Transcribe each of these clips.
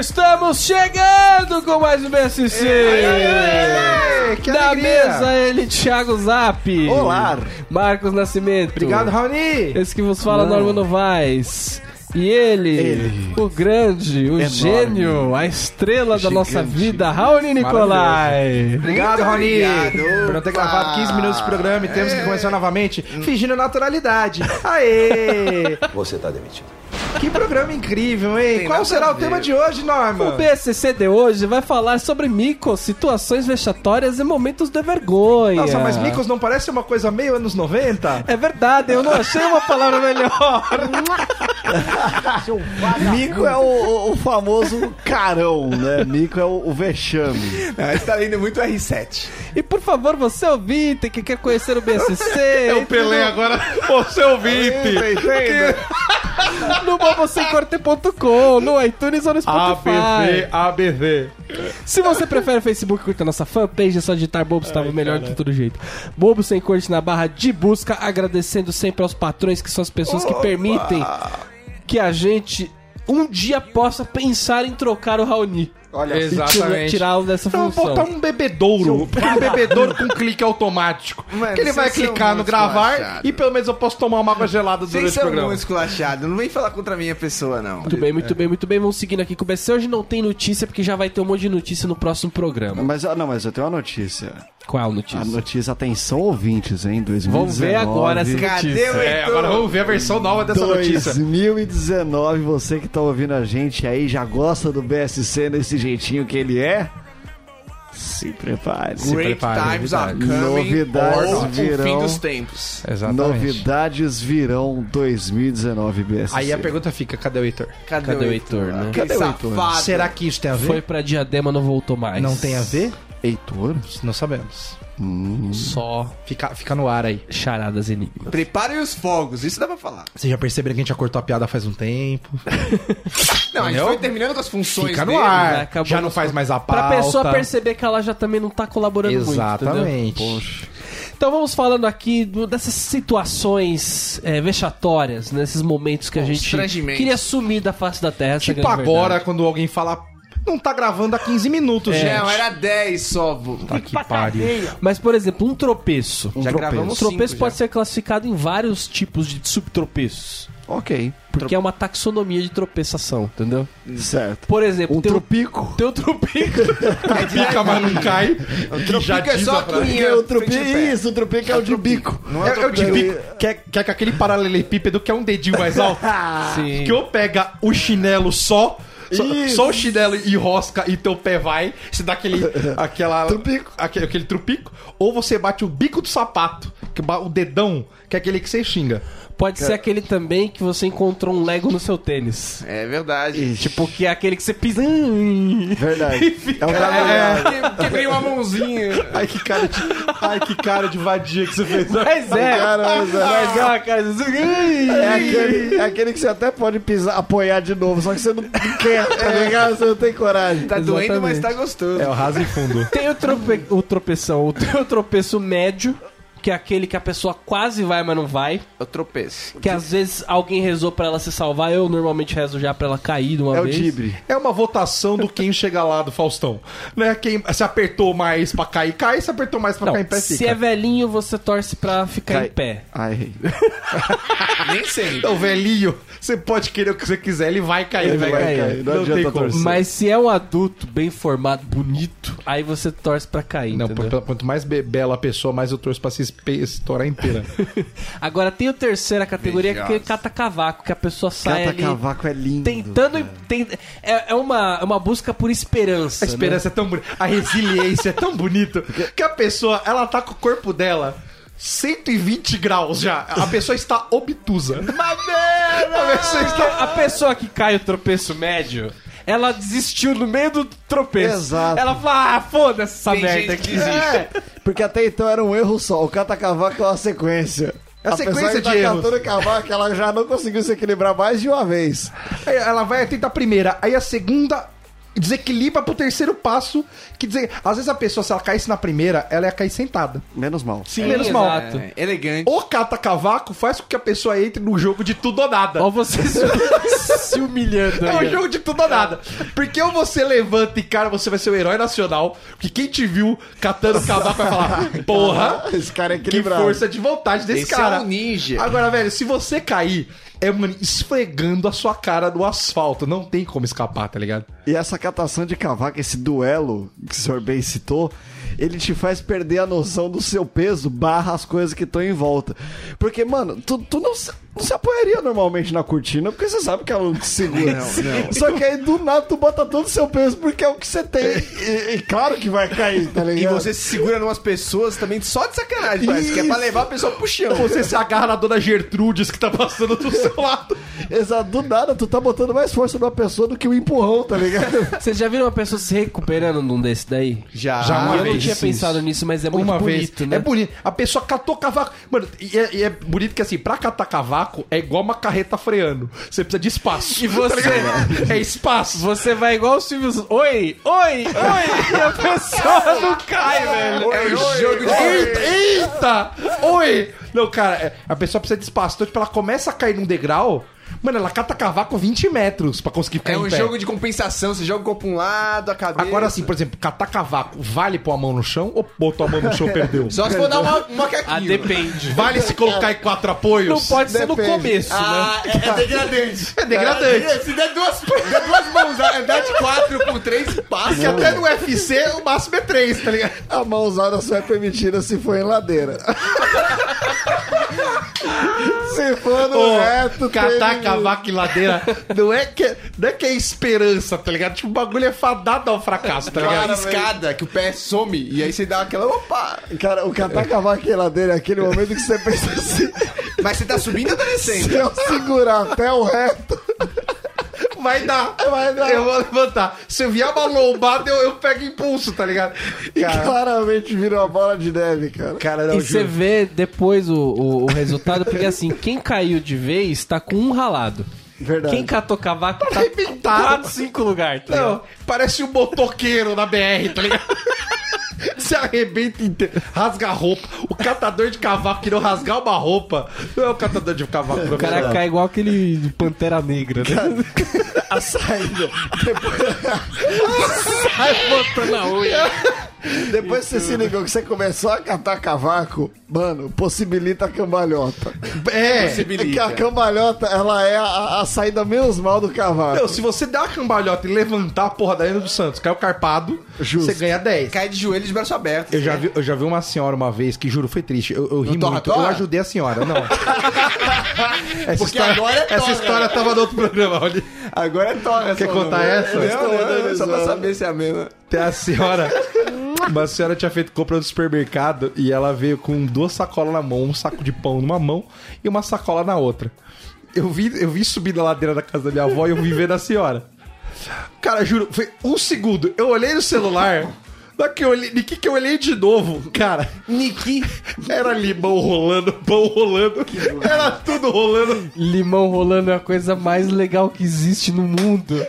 Estamos chegando com mais um BSC. que da alegria. mesa ele, Thiago Zap. Olá. Marcos Nascimento. Obrigado, Raoni. Esse que vos fala, Norma Novaes. E ele, Ele. o grande, o gênio, a estrela da nossa vida, Raoni Nicolai. Obrigado, Raoni. obrigado. Ah. É. Hum. Por não ter Opa. gravado 15 minutos de programa e temos que começar novamente fingindo naturalidade. Aê! Você tá demitido. Que programa incrível, hein? Tem Qual nada será a o ver. tema de hoje, O Norma? BSC de hoje vai falar sobre micos, situações vexatórias e momentos de vergonha. Nossa, mas Micos não parece uma coisa meio anos 90? É verdade, eu não achei uma palavra melhor. Mico é o, o- o famoso carão, né? Mico é o, o vexame. Ah, Ele tá indo muito R7. E por favor, você ouvinte que quer conhecer o BSC, É entre agora, você ouvinte. tá no bobosemcorte.com, no iTunes ou no Spotify. ABV. Se você prefere o Facebook, curta a nossa fanpage, é só digitar Bobo, estava melhor de todo jeito. Bobo Sem Corte na barra de busca, agradecendo sempre aos patrões, que são as pessoas que permitem que a gente um dia possa pensar em trocar o Raoni. Olha, E tira- Tirá-lo dessa Então eu vou botar função. um bebedouro. Um bebedouro com clique automático. Mano, que ele vai vocês são clicar no muito gravar esculachados. e pelo menos eu posso tomar uma água gelada durante Vocês o são programa. muito esculachados. Não vem falar contra a minha pessoa, não. Muito bem, muito bem, muito bem. Vamos seguindo aqui com o BC. Hoje não tem notícia, porque já vai ter um monte de notícia no próximo programa. Mas, ah, não, mas eu tenho uma notícia. Qual é A notícia? notícia, atenção ouvintes, hein? 2019. Vamos ver agora essa notícia. É, agora vamos ver a versão nova dessa notícia. 2019, você que tá ouvindo a gente aí, já gosta do BSC nesse jeitinho que ele é? Se prepare. Great times are coming, Novidades ou o virão. fim dos tempos. Novidades virão 2019 BSC. Aí a pergunta fica, cadê o Heitor? Cadê o Heitor, né? Cadê o Heitor? Ah, será que isso tem a ver? Foi pra Diadema, não voltou mais. Não tem a ver? Heitor? Não sabemos. Só Fica, fica no ar aí. charadas enigmas. Preparem os fogos, isso dá pra falar. Vocês já perceberam que a gente já cortou a piada faz um tempo. Não, a gente Entendeu? foi terminando com as funções Fica no dele. ar. né? Acabou já não nosso- faz mais a pauta. Pra pessoa perceber que ela já também não tá colaborando muito. entendeu? Exatamente. tá Tipo Então vamos falando aqui do- dessas situações é, vexatórias, nesses momentos que a gente constrangimentos. queria sumir da face da terra. essa é Tipo grande agora, verdade. quando alguém fala, não tá gravando há 15 minutos, gente. Não, era 10 só. vô. que pariu. Mas, por exemplo, um tropeço. Um Já tropeço. gravamos Tá, Um tropeço cinco pode já. ser classificado em vários tipos de subtropeços. Ok, Porque é uma taxonomia de tropeçação, entendeu? certo. Por exemplo, Um tem, o, tropico. tem o tropeço. Pica, mas não cai. Que já Fica diz só a frase. aqui, É o ó, frente tropico. do pé. Isso, o tropico é o de bico. Não É, é é o de tropico. bico. Quer, quer com aquele paralelepípedo que é um dedinho mais alto? Sim. Ah. que ou pega o chinelo só. Só, Isso. só o chinelo e rosca e teu pé vai, você dá aquele. aquela, Trupico. Aquele, aquele trupico. Ou você bate o bico do sapato, que ba- o dedão, que é aquele que você xinga. Pode ser aquele também que você encontrou um Lego no seu tênis. É verdade. Ixi, Tipo, que é aquele que você pisa. Ai. verdade. É um É, galera. que- Quebrei uma mãozinha. Ai, que cara de. ai, que cara de vadia que você fez. Mas é. Cara, mas é. Mas é uma cara de- Ai. É aquele, é aquele que você até pode pisar, apoiar de novo, só que você não quer, tá ligado? Você não tem coragem. Tá doendo, mas Exatamente. tá gostoso. É o raso e fundo. Tem o, trope... o tropeção. O- Tem o tropeço médio, que é aquele que a pessoa quase vai, mas não vai. É Eu tropeço. Que às vezes alguém rezou pra ela se salvar. Eu normalmente rezo já pra ela cair de uma É o vez. Dibre. É uma votação do quem chega lá do Faustão. Né? Quem se apertou mais pra cair, cai. Se apertou mais pra Não, cair em pé, se fica. é velhinho, você torce pra ficar em pé. Ai, Nem é sei. O velhinho, você pode querer o que você quiser, ele vai cair. ele né, vai cara? cair, não, Não tem adianta como. torcer. Mas se é um adulto bem formado, bonito, aí você torce pra cair. Não, entendeu? quanto, quanto mais be- bela a pessoa, mais eu torço pra se espe- estourar inteira. Agora tem o terceira categoria que é Vejosa. catacavaco, que a pessoa sai Cata ali Cavaco é lindo. tentando. tem- é é uma, é uma busca por esperança. né? a esperança é tão bonita, a resiliência é tão bonita que a pessoa, ela tá com o corpo dela 120 graus já. A pessoa está obtusa. A pessoa Porque está... a pessoa que cai o tropeço médio, ela desistiu no meio do tropeço. Exato. Ela fala, ah, foda-se essa Tem merda gente aqui. que desiste. É, porque até então era um erro só. O Cata Cavaco é uma sequência. É a sequência pessoa que de tá erros. catando cavaco, ela já não conseguiu se equilibrar mais de uma vez. Aí Ela vai tentar a primeira, aí a segunda... desequilibra pro terceiro passo. Que dizer, às vezes a pessoa, se ela caísse na primeira, ela ia cair sentada. Menos mal. Sim, menos mal. exato. É, elegante. O cata-cavaco faz com que a pessoa entre no jogo de tudo ou nada. Ó, você se, se humilhando É aí. um jogo de tudo ou nada. Porque ou você levanta e, cara, você vai ser o herói nacional. Porque quem te viu catando o cavaco vai falar: Porra, Esse cara é que equilibrado. força de vontade desse Esse cara. é um ninja. Agora, velho, se você cair, é mano, esfregando a sua cara no asfalto. Não tem como escapar, tá ligado? E essa catação de cavaco, esse duelo que o senhor bem citou, ele te faz perder a noção do seu peso barra as coisas que estão em volta. Porque, mano, tu, tu não, se, não se apoiaria normalmente na cortina, porque você sabe que ela não te segura. Só que aí do nada tu bota todo o seu peso porque é o que você tem. E, e claro que vai cair, tá E ligado? você se segura numas pessoas também só de sacanagem, parece que é pra levar a pessoa pro chão. Você se agarra na dona Gertrudes que tá passando do seu lado. Exato, do nada tu tá botando mais força numa pessoa do que um empurrão, tá ligado? Vocês já viram uma pessoa se recuperando num desse daí? Já. Já eu uma não vez, tinha isso. pensado nisso, mas é muito uma bonito, vez. né? É bonito. A pessoa catou cavaco. Mano, e é, e é bonito que assim, pra catar cavaco é igual uma carreta freando. Você precisa de espaço. E você? né? ligado? é espaço. Você vai igual o Silvio... Oi, oi, oi! E a pessoa não cai, velho. um É o jogo de Eita, eita! Oi! Não, cara, é- a pessoa precisa de espaço. Então, tipo, ela começa a cair num degrau. Mano, ela cata cavaco 20 metros pra conseguir ficar É em um pé. jogo de compensação, você joga o corpo pra um lado, a cabeça. Agora sim, por exemplo, catar cavaco vale pôr a mão no chão ou botou a mão no chão e perdeu? Só se for dar uma, um macaquinho. Ah, depende. Vale se colocar em quatro apoios? Não pode ser no Depende. começo, né? Ah, é, é degradante. É degradante. É, Se der duas, der duas mãos, andar de quatro por três, passa. Porque até no UFC o máximo é três, tá ligado? A mãozada só é permitida se for em ladeira. se for no Ô, reto, catar tem- cavaco e ladeira não é, que, não é que é esperança, tá ligado? Tipo, o bagulho é fadado ao fracasso, tá Tem uma ligado? escada que o pé some e aí você dá aquela opa. Cara, o catar cavaco em ladeira é aquele momento que você pensa assim: Mas você tá subindo ou tá se descendo? eu segurar até o reto, Vai dar, Vai dar. Eu vou levantar. Se eu vier uma lombada, eu, eu pego impulso, tá ligado? Então, Cara, claramente vira uma bola de neve, cara. cara não, E você vê depois o, o, o resultado, porque assim, quem caiu de vez tá com um ralado. Verdade. Quem catou cavaco tá arrebentado. quatro, cinco lugares. Tá Não, ligado? parece um motoqueiro na BR, tá ligado? Se arrebenta inteiro, rasga a roupa. O catador de cavaco que não rasgar uma roupa não é o catador de cavaco O cara profissional. cai igual aquele Pantera Negra, né? A saída. Sai botando a unha. Depois que você né? se ligou que você começou a catar cavaco, mano, possibilita a cambalhota. É. É que a cambalhota, ela é a, a saída menos mal do cavaco. Não, se você der uma cambalhota e levantar a porra da Ana dos Santos, caiu carpado, Justo. você ganha 10. Cai de joelho de braço aberto. Eu já, vi, eu já vi uma senhora uma vez que, juro, foi triste. Eu, eu ri torra, muito. Eu torra? ajudei a senhora, não. essa Porque agora é Essa torra. história tava no outro programa, olha. Agora é toga. Quer contar essa? Não, não, não, só pra Não. saber se é a mesma. Tem a senhora. Uma senhora tinha feito compra no supermercado e ela veio com duas sacolas na mão, um saco de pão numa mão e uma sacola na outra. Eu vi, eu vi subir na ladeira da casa da minha avó e eu vi ver a senhora. Cara, juro, foi um segundo. Eu olhei no celular. Na hora que eu olhei, de que que eu olhei de novo, cara. Niki. Era limão rolando, pão rolando. Era tudo rolando. Limão rolando é a coisa mais legal que existe no mundo.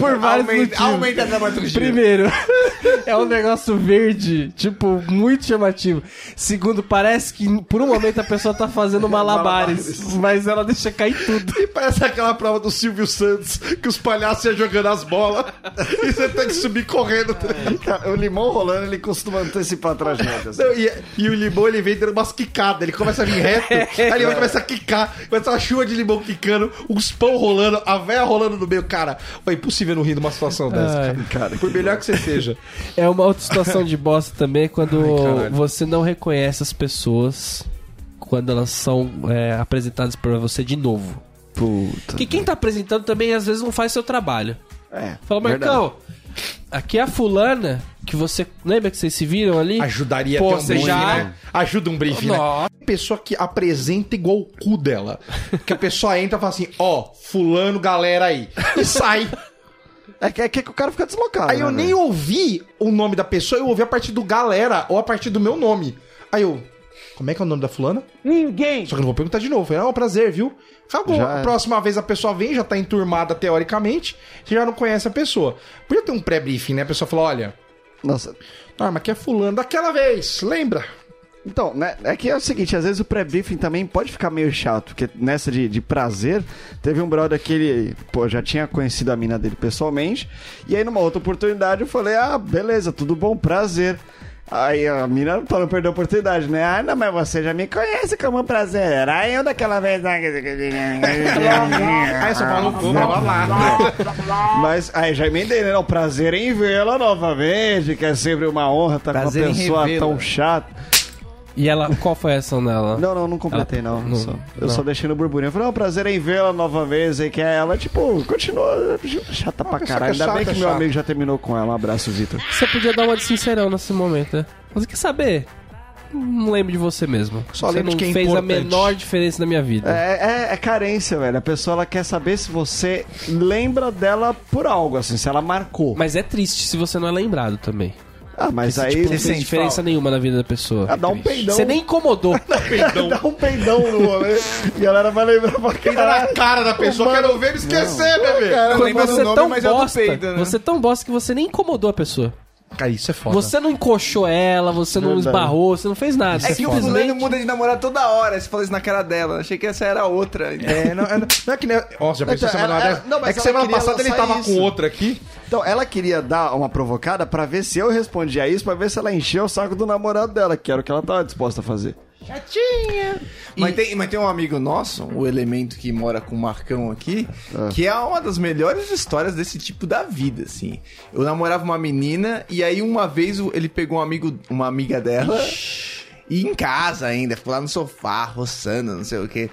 Por vários Aumenta, motivos. aumenta a dramaturgia. Primeiro, é um negócio verde, tipo, muito chamativo. Segundo, parece que por um momento a pessoa tá fazendo malabares, mas ela deixa cair tudo. E parece aquela prova do Silvio Santos, que os palhaços iam jogando as bolas e você tem que subir correndo. tá ligado? Cara, o limão rolando, ele costuma antecipar tragédias. Não, e, e o limão ele vem dando umas quicadas, ele começa a vir reto, aí ele vai começar a quicar, começa uma chuva de limão quicando, uns pão rolando, a véia rolando no meio, cara. É impossível não rir de uma situação dessa, Ai. cara. Por melhor que você seja. É uma outra situação de bosta também é quando você não reconhece as pessoas quando elas são é, apresentadas pra você de novo. Puta. Porque quem tá apresentando também às vezes não faz seu trabalho. É. Fala, Marcão, aqui é a fulana que você. Lembra que vocês se viram ali? Ajudaria Pô, até um você briefing, já- né? Ajuda um briefing, né? Nossa. Pessoa que apresenta igual o cu dela. Que a pessoa entra e fala assim, ó, fulano, galera aí. E sai. É que, é que o cara fica deslocado. Aí eu né, nem velho? ouvi o nome da pessoa, eu ouvi a partir do galera ou a partir do meu nome. Aí eu. Como é que é o nome da fulana? Ninguém. Só que eu não vou perguntar de novo. Falei, ah, é um prazer, viu? Acabou. Já A é. próxima vez a pessoa vem, já tá enturmada teoricamente, você já não conhece a pessoa. Podia ter um pré-briefing, né? A pessoa fala, olha, Nossa. ah, mas que é fulano daquela vez, lembra? Então, né, é que é o seguinte, às vezes o pré-briefing também pode ficar meio chato, porque nessa de, de prazer, teve um brother que ele, pô, já tinha conhecido a mina dele pessoalmente, e aí numa outra oportunidade eu falei, ah, beleza, tudo bom, prazer. Aí a mina, pra não perder a oportunidade, né? Ah, não, mas você já me conhece como prazer, era eu daquela vez... né? Aí só fala, não vou, blá, blá, blá. Mas aí já emendei, né? O prazer em vê-la novamente, que é sempre uma honra estar Prazer com em uma pessoa revê-la. tão chata. E ela, qual foi a ação dela? Não, não, não completei, não. não, Só- eu não. só deixei no burburinho. Eu falei, não, prazer em vê-la nova vez, aí que é ela, tipo, continua chata pra pessoa caralho. que é Ainda bem chata, que meu chata. amigo já terminou com ela. Um abraço, Vitor. Você podia dar uma de sincerão nesse momento, né? Você quer saber? Não lembro de você mesmo. Só você lembro não de quem é fez a importante. menor diferença na minha vida. É, é- é carência, velho. A pessoa ela quer saber se você lembra dela por algo, assim, se ela marcou. Mas é triste se você não é lembrado também. tipo ah, mas aí não fez diferença nenhuma na vida da pessoa. Ah, dá um peidão. Você nem incomodou. dá um peidão no homem. e a galera vai lembrar pra Tá Na caralho. cara da pessoa, É. Mano, quero ver ele esquecer, bebê. Eu Quando lembro você do é nome, tão mas é do bosta, peido, né? você é tão bosta que você nem incomodou a pessoa. Cara, isso é foda. Você não encoxou ela, você não Verdade. esbarrou, você não fez nada. É que o fulano Simplesmente muda de namorado toda hora. Você falou isso na cara dela. Achei que essa era outra. É, não, é, não é que nem. Nossa, já pensou Então, semana ela- dessa? ela- não, mas é que ela semana queria passada ele lançar tava isso. com outra aqui. Então, ela queria dar uma provocada pra ver se eu respondia isso, pra ver se ela encheu o saco do namorado dela, que era o que ela tava disposta a fazer. Mas, tem, mas tem um amigo nosso, o elemento que mora com o Marcão aqui, Ah. que é uma das melhores histórias desse tipo da vida, assim. Eu namorava uma menina e aí uma vez o- ele pegou um amigo, uma amiga dela. E em casa ainda, ficou lá no sofá, roçando, não sei o quê.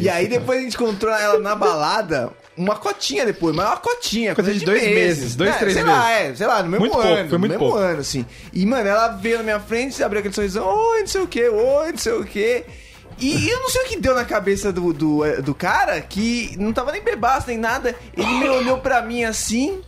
e aí depois a gente encontrou ela na balada, uma cotinha depois, mas uma cotinha. Coisa de dois meses, dois, né? três sei Lá, é, sei lá, no mesmo Muito ano. pouco, foi muito no mesmo pouco. ano, assim. E, mano, ela veio na minha frente, abriu aquele sorrisão, oi, não sei o quê, oi, não sei o quê. E eu não sei o que deu na cabeça do, do, eh, do cara, que não tava nem bebaço, nem nada. Ele me olhou pra mim assim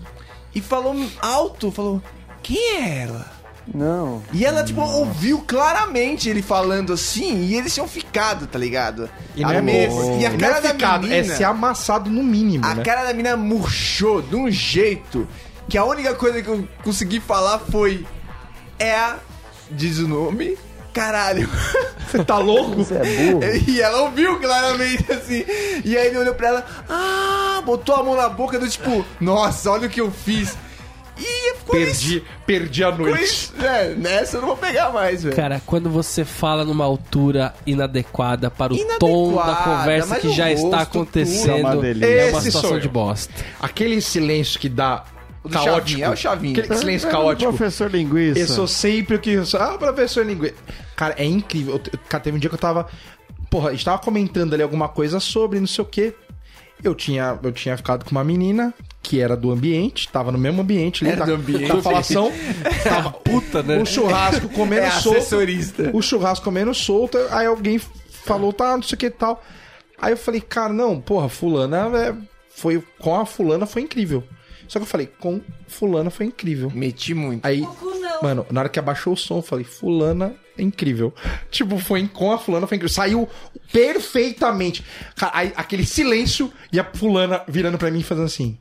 e falou alto, falou, quem é ela? Não. E ela, tipo, ouviu claramente ele falando assim e eles tinham ficado, tá ligado? E não A é mesa- bom. E a Não cara é da ficado, é menina... ser amassado no mínimo, A né? cara da mina murchou de um jeito que a única coisa que eu consegui falar foi. É a. Diz o nome. Caralho. Você tá louco? é E ela ouviu claramente assim. E aí ele olhou pra ela. Ah, botou a mão na boca do tipo, nossa, olha o que eu fiz. E ficou isso. Perdi, perdi a Ficou noite. isso. É, nessa eu não vou pegar mais, velho. Cara, quando você fala numa altura inadequada para o Inadequada, tom da conversa mas que o já está rosto, tudo. É uma acontecendo, delícia. é uma Esse sou situação eu. de bosta. Aquele silêncio que dá O do caótico. Chavinha, é o Chavinha. Aquele Tá silêncio caótico. Professor linguiça. Eu sou sempre o que. Ah, professor linguiça. Cara, é incrível. Eu- cara, teve um dia que eu tava. Porra, a gente tava comentando ali alguma coisa sobre, não sei o quê. Eu tinha, eu tinha ficado com uma menina que era do ambiente, tava no mesmo ambiente ali, Era da, do ambiente. da falação. tava puta, né? O churrasco comendo É solto. assessorista. O churrasco comendo solto. Aí alguém falou, tá, não sei o que e tal. Aí eu falei, cara, não, porra, fulana é, foi. Com a fulana foi incrível. Só que eu falei, com fulana foi incrível. Meti muito. Aí, mano, na hora que abaixou o som, eu falei, fulana é incrível. Tipo, foi com a fulana, foi incrível. Saiu perfeitamente. Cara, aí, aquele silêncio e a fulana virando pra mim e fazendo assim.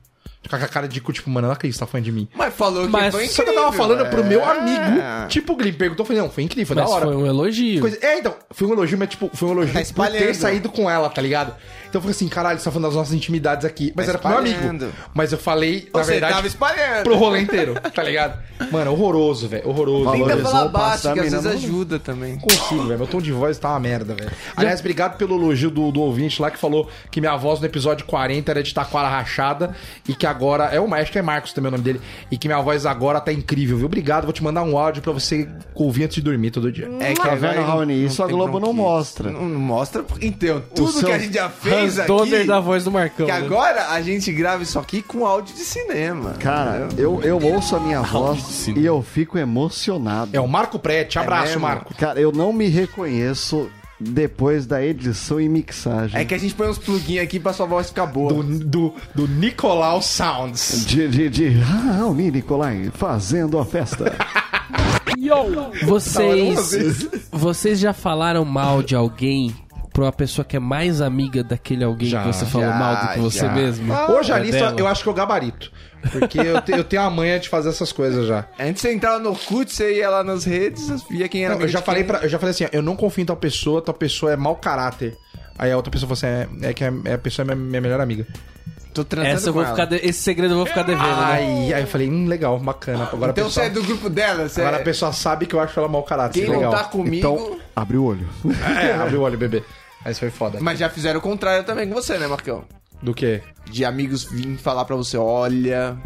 Com a cara de cu, tipo, mano, não acredito que você tá falando de mim. Mas falou que Mas foi Só que eu tava incrível, falando pro meu é. amigo, tipo, que ele perguntou, eu falei, não, foi incrível, foi Mas da hora. foi um elogio. Coisa- É, então, foi um elogio, mas tipo, foi um elogio Tá por espalhando. ter saído com ela, tá ligado? Então foi assim, caralho, você tá falando das nossas intimidades aqui. Mas Tá era pro meu amigo. espalhando. Mas eu falei, na Você verdade, tava espalhando. pro rolê inteiro, tá ligado? Mano, horroroso, velho. Horroroso. Valor. Tenta horroroso. falar Valorizou, baixo, passar a que às mina vezes no- ajuda também. Não consigo, velho. Meu tom de voz tá uma merda, velho. Aliás, obrigado pelo elogio do, do ouvinte lá que falou que minha voz no episódio 40 era de taquara rachada e que agora. É o Mar- acho que é Marcos também o nome dele. E que minha voz agora tá incrível, viu? Obrigado, vou te mandar um áudio pra você ouvir antes de dormir todo dia. É que Tá vendo, agora Raoni? não- Isso a tem Globo não bronquite. mostra. Não não mostra. porque, Então, tudo seu que a gente já fez Hans Donner aqui. da voz do Marcão. Que né? agora a gente grava isso aqui com áudio de cinema. Cara, eu, eu ouço a minha voz e eu fico emocionado. É, É o Marco Prete. Abraço, mesmo? Marco. Cara, eu não me reconheço depois da edição e mixagem. É que a gente põe uns plugins aqui pra sua voz ficar boa. Do, do, do Nicolau Sounds. Ah, De, de, de Raoni Nicolai fazendo a festa. Vocês, vocês já falaram mal de alguém pra uma pessoa que é mais amiga daquele alguém Já, Ah, que você falou já, mal do que você já. mesmo? Hoje ali É só, dela. eu acho que eu gabarito. Porque eu, te- eu tenho a manha de fazer essas coisas já. Antes você entrava no Orkut, você ia lá nas redes, via quem era Não, eu amigo já de falei quem. pra, eu já falei assim, ó, eu não confio em tal pessoa, tal pessoa é mau caráter. Aí a outra pessoa falou assim, é, é que a, é a pessoa é minha, minha melhor amiga. Tô transando Essa eu com vou ela. ficar de- Esse segredo eu vou ficar devendo, Ah, né? Aí, aí eu falei, hum, legal, bacana. Agora, Então a, você pessoa, é do grupo dela, você agora a é- pessoa sabe que eu acho ela mau caráter. Quem isso é legal. não tá comigo... Então, abre o olho. É, abre o olho, bebê. Aí isso foi foda. Mas já fizeram o contrário também com você, né, Marcão? Do quê? De amigos virem falar pra você, olha...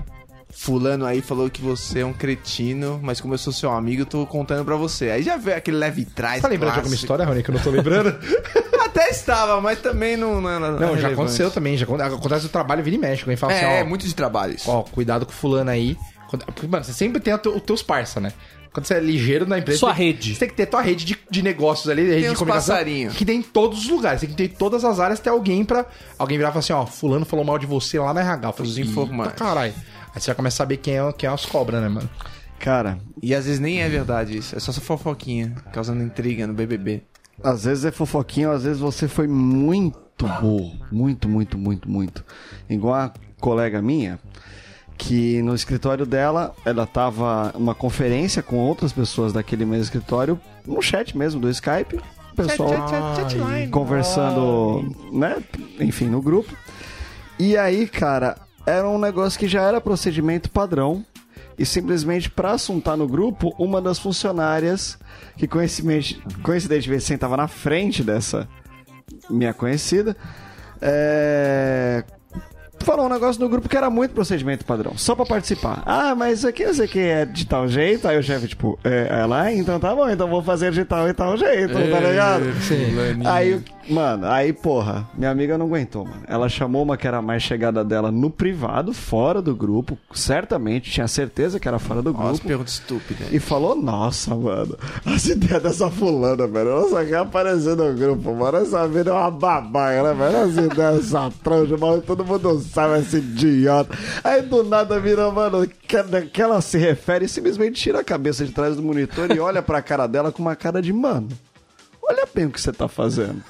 Fulano aí falou que você é um cretino, mas como eu sou seu amigo, eu tô contando pra você. Aí já veio aquele leve trás. Você tá lembrando de alguma clássico. história, Rony, que eu não tô lembrando? Até estava, mas também não. né, Não, não, não, já aconteceu também. Já aconte- acontece no trabalho, vira e mexe. Alguém fala assim, ó, É, é muito de trabalho isso. ó, cuidado com fulano aí. Quando- Porque, mano, você sempre tem a teu- os teus parça, né? Quando você é ligeiro na empresa... Sua você tem- rede. Você tem que ter tua rede de, de negócios ali, rede de uns comunicação. passarinho. Que tem em todos os lugares. Tem que ter em todas as áreas, tem alguém pra... Alguém virar e falar assim, ó, fulano falou mal de você lá na RH. Eu falei, Os "Eita, informantes." caralho. Aí você já começa a saber quem é, quem é as cobras, né, mano? Cara, E às vezes nem é verdade isso. É só essa fofoquinha, causando intriga no BBB. às vezes é fofoquinha, às vezes você foi muito burro. Muito, muito, muito, muito. Igual a colega minha, que no escritório dela, ela tava uma conferência com outras pessoas daquele mesmo escritório, no chat mesmo do Skype. O pessoal conversando, né? Enfim, no grupo. E aí, cara, era um negócio que já era procedimento padrão. E simplesmente pra assuntar no grupo, uma das funcionárias, que coincidentemente, coincidentemente sentava na frente dessa minha conhecida, é, falou um negócio no grupo que era muito procedimento padrão, só pra participar. Ah, mas isso aqui eu sei que é de tal jeito. Aí o chefe, tipo, é, ela, então tá bom, então vou fazer de tal e tal jeito, tá ligado? Ah, Aí, o- mano, aí, porra, minha amiga não aguentou, mano. Ela chamou uma que era mais chegada dela no privado, fora do grupo, certamente, tinha certeza que era fora do Ó, as grupo. perguntas estúpidas. E falou, nossa, mano, as ideias dessa fulana, velho. Ela só quer aparecer no grupo, mano. Essa vida é uma babaca, né, velho? As ideias essa trouxa, mano. Todo mundo sabe esse idiota. Aí do nada vira, mano, que, né, que ela se refere e simplesmente tira a cabeça de trás do monitor e olha pra cara dela com uma cara de, mano, olha bem o que você tá fazendo.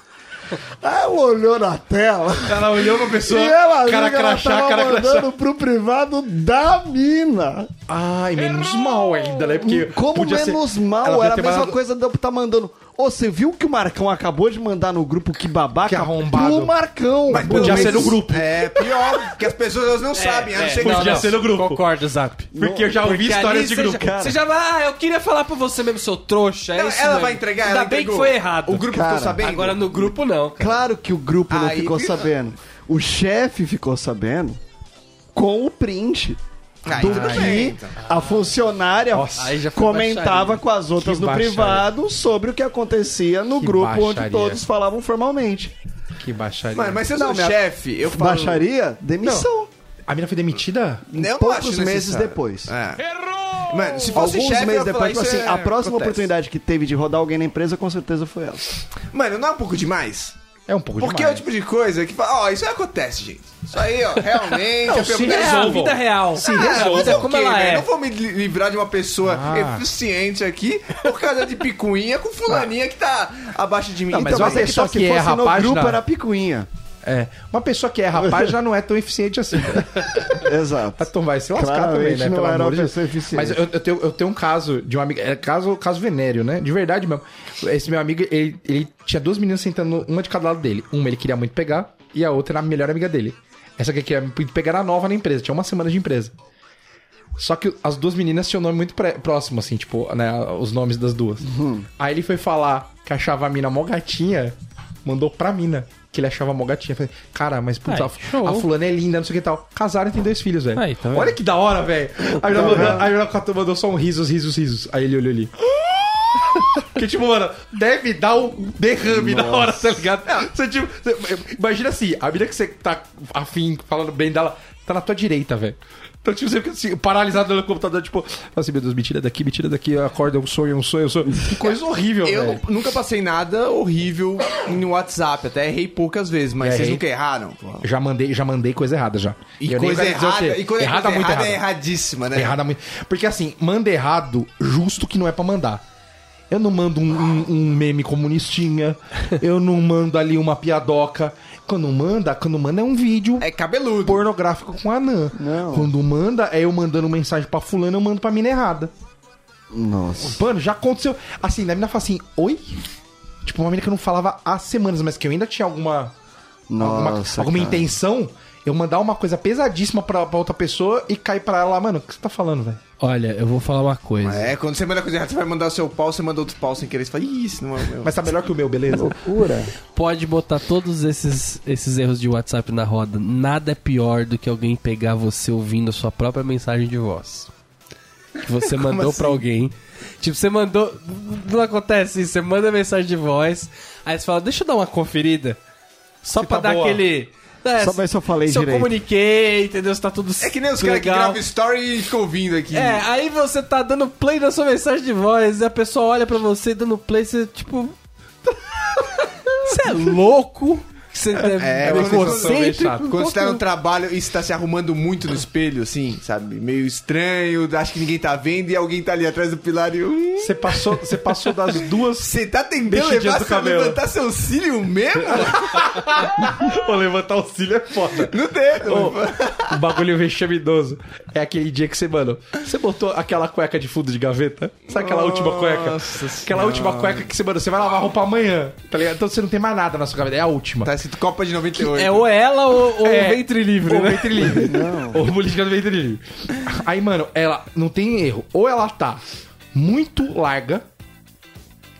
Aí ela olhou na tela. Ela olhou pra pessoa, e ela viu cara que ela crachá, tava cara crachá. mandando pro privado da mina. Ai, menos mal ainda, né? Porque Como podia ser- menos ela mal, podia era a ter mesma mandado- coisa de eu estar mandando. Ô, você viu que o Marcão acabou de mandar no grupo que babaca? Que arrombado. Pro Marcão. Mas podia Pelo ser no menos- grupo. É pior, porque as pessoas elas não sabem. a não É, ser que- podia ser no grupo. né? Concordo, Zap. Porque eu já ouvi Porque histórias ali de você grupo. já- Você já vai, ah, eu queria falar pra você mesmo, seu trouxa. é Não, isso ela mesmo. vai entregar, Ainda ela bem entregou. que foi errado. O grupo Cara, ficou sabendo. Agora no grupo, não. Claro que o grupo não Aí ficou que- sabendo. O chefe ficou sabendo com o print. Aí Do tudo que bem, então. a funcionária Aí já foi comentava baixaria. com as outras Que no baixaria. privado sobre o que acontecia no grupo onde baixaria. todos falavam formalmente. Que baixaria. Mano, mas se eu sou Não, minha- chefe, eu falo. Baixaria? Demissão. A mina foi demitida? Eu não acho poucos meses necessário. depois. É. Mano, se fosse Alguns chefe, eu ia meses falar, depois, tipo isso é assim, a próxima protesto. oportunidade que teve de rodar alguém na empresa com certeza foi ela. Mano, não é um pouco demais? É um pouco Porque é o demais. tipo de coisa que fala, ó, isso aí acontece, gente. Isso aí, ó, realmente. a pergunta é É a vida real. Se Ah, mas é como ok, ela velho. é. Não vou me li- livrar de uma pessoa Ah. eficiente aqui por causa de picuinha com fulaninha que tá abaixo de mim. Não, mas Então, uma é pessoa só que erra a no página- grupo era picuinha. É. Uma pessoa que é rapaz já não é tão eficiente assim. Exato. Então vai se lascar Claramente também, né? não Pelo era amor uma de Deus. pessoa eficiente. Mas eu, eu tenho, eu tenho um caso de um amigo. É caso, caso venério, né? De verdade mesmo. Esse meu amigo, ele, ele tinha duas meninas sentando uma de cada lado dele. Uma ele queria muito pegar e a outra era a melhor amiga dele. Essa que ele queria muito pegar era nova na empresa, tinha uma semana de empresa. Só que as duas meninas tinham um nome muito pré- próximo, assim, tipo, né? Os nomes das duas. Uhum. Aí ele foi falar que achava a mina mó gatinha, mandou pra mina. Que ele achava mó gatinha. Falei, cara, mas putz, Ai, a, fu- show. a fulana é linda, não sei o que e tal. Casaram e tem dois filhos, velho. Aí, tá vendo? Olha que da hora, velho. A mina mandou, a mina catou- mandou só um risos, risos, risos. Aí ele olhou ali. Que tipo, mano, deve dar um derrame na hora, tá ligado? É. Você, tipo, você- imagina assim, a mina que você tá afim, falando bem dela, tá na tua direita, velho. Então, tipo, você fica assim, paralisado no computador, tipo, fala assim, meu Deus, me tira daqui, me tira daqui, eu acordo, é um sonho, é um sonho, é um sonho. Que coisa horrível, Eu velho. nu- nunca passei nada horrível no WhatsApp, até errei poucas vezes, mas Errei. vocês nunca erraram? pô? Já mandei, já mandei coisa errada já. E Eu nem coisa quero dizer o quê. errada, e coisa errada coisa muito errada errada. é erradíssima, né? Errada muito. Porque assim, manda errado, justo que não é pra mandar. Eu não mando um, um- um meme comunistinha, eu não mando ali uma piadoca. Quando manda, quando manda é um vídeo É cabeludo. pornográfico com a Anã. Não. Quando manda, é eu mandando mensagem pra fulano, eu mando pra mina errada. Nossa. Mano, já aconteceu. Assim, a mina fala assim, oi? Tipo, uma mina que eu não falava há semanas, mas que eu ainda tinha alguma. alguma, Nossa, alguma cara. intenção. Eu mandar uma coisa pesadíssima pra, pra outra pessoa e cair pra ela lá, mano, o que você tá falando, velho? Olha, eu vou falar uma coisa. É, quando você manda coisa errada, você vai mandar o seu pau, você manda outro pau sem querer, você fala, "Ih, isso não é o meu. Mas tá melhor que o meu, beleza? Pode botar todos esses, esses erros de WhatsApp na roda. Nada é pior do que alguém pegar você ouvindo a sua própria mensagem de voz. Que você mandou pra alguém. Tipo, você mandou. Não acontece isso, você manda mensagem de voz, aí você fala, deixa eu dar uma conferida. Só pra tá dar boa. aquele. É, Só pra ver se eu falei se direito. eu comuniquei, entendeu? Se tá tudo É que nem os caras que legal. gravam story e ficam ouvindo aqui. É, aí você tá dando play na sua mensagem de voz, e a pessoa olha pra você dando play, você tipo. você é louco? Você é, É, quando- egocêntrico? Quando você tá um. no trabalho e você tá se arrumando muito no espelho, assim, sabe? Meio estranho, acho que ninguém tá vendo e alguém tá ali atrás do pilar e. "Hum, Você passou, você passou das duas. Você tá tentando Deixa o dia levar do seu, cabelo." levantar seu cílio mesmo? Pô, levantar o cílio é foda. No dedo. Ô, o bagulho vexamidoso. É aquele dia que você, mano, você botou aquela cueca de fundo de gaveta? Sabe aquela última cueca? Aquela última cueca que você, mano, você vai lavar a roupa amanhã, tá ligado? Então você não tem mais nada na sua gaveta, é a última. Tá escrito Copa de 98. É ou ela ou, ou o ventre livre, ou né? ventre livre. Ou política do ventre livre. Aí, mano, ela não tem erro. Ou ela tá muito larga,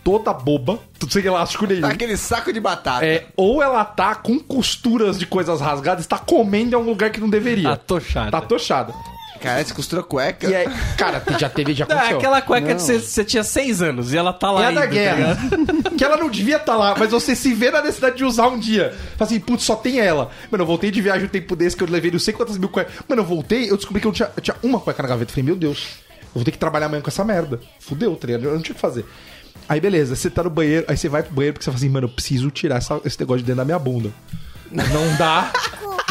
toda boba, sem elástico nenhum. Tá aquele saco de batata. É, ou ela tá com costuras de coisas rasgadas, tá comendo em algum lugar que não deveria. Tá tochada. Tá tochada. Cara, você costura cueca. E é aí, cara, já teve, já Não, é aconteceu. aquela cueca de você, você tinha seis anos e ela tá É lá a da ainda, tá guerra. ligado? que ela não devia estar lá, mas você se vê na necessidade de usar um dia. Fala assim, putz, só tem ela. Mano, eu voltei de viagem um tempo desse que eu levei não sei quantas mil cuecas. Mano, eu voltei, eu descobri que eu tinha, eu tinha uma cueca na gaveta. Falei, meu Deus, eu vou ter que trabalhar amanhã com essa merda. Fudeu, tá ligado? Eu não tinha o que fazer. Aí beleza, você tá no banheiro, aí você vai pro banheiro porque você fala assim, mano, eu preciso tirar essa- esse negócio de dentro da minha bunda. Não dá,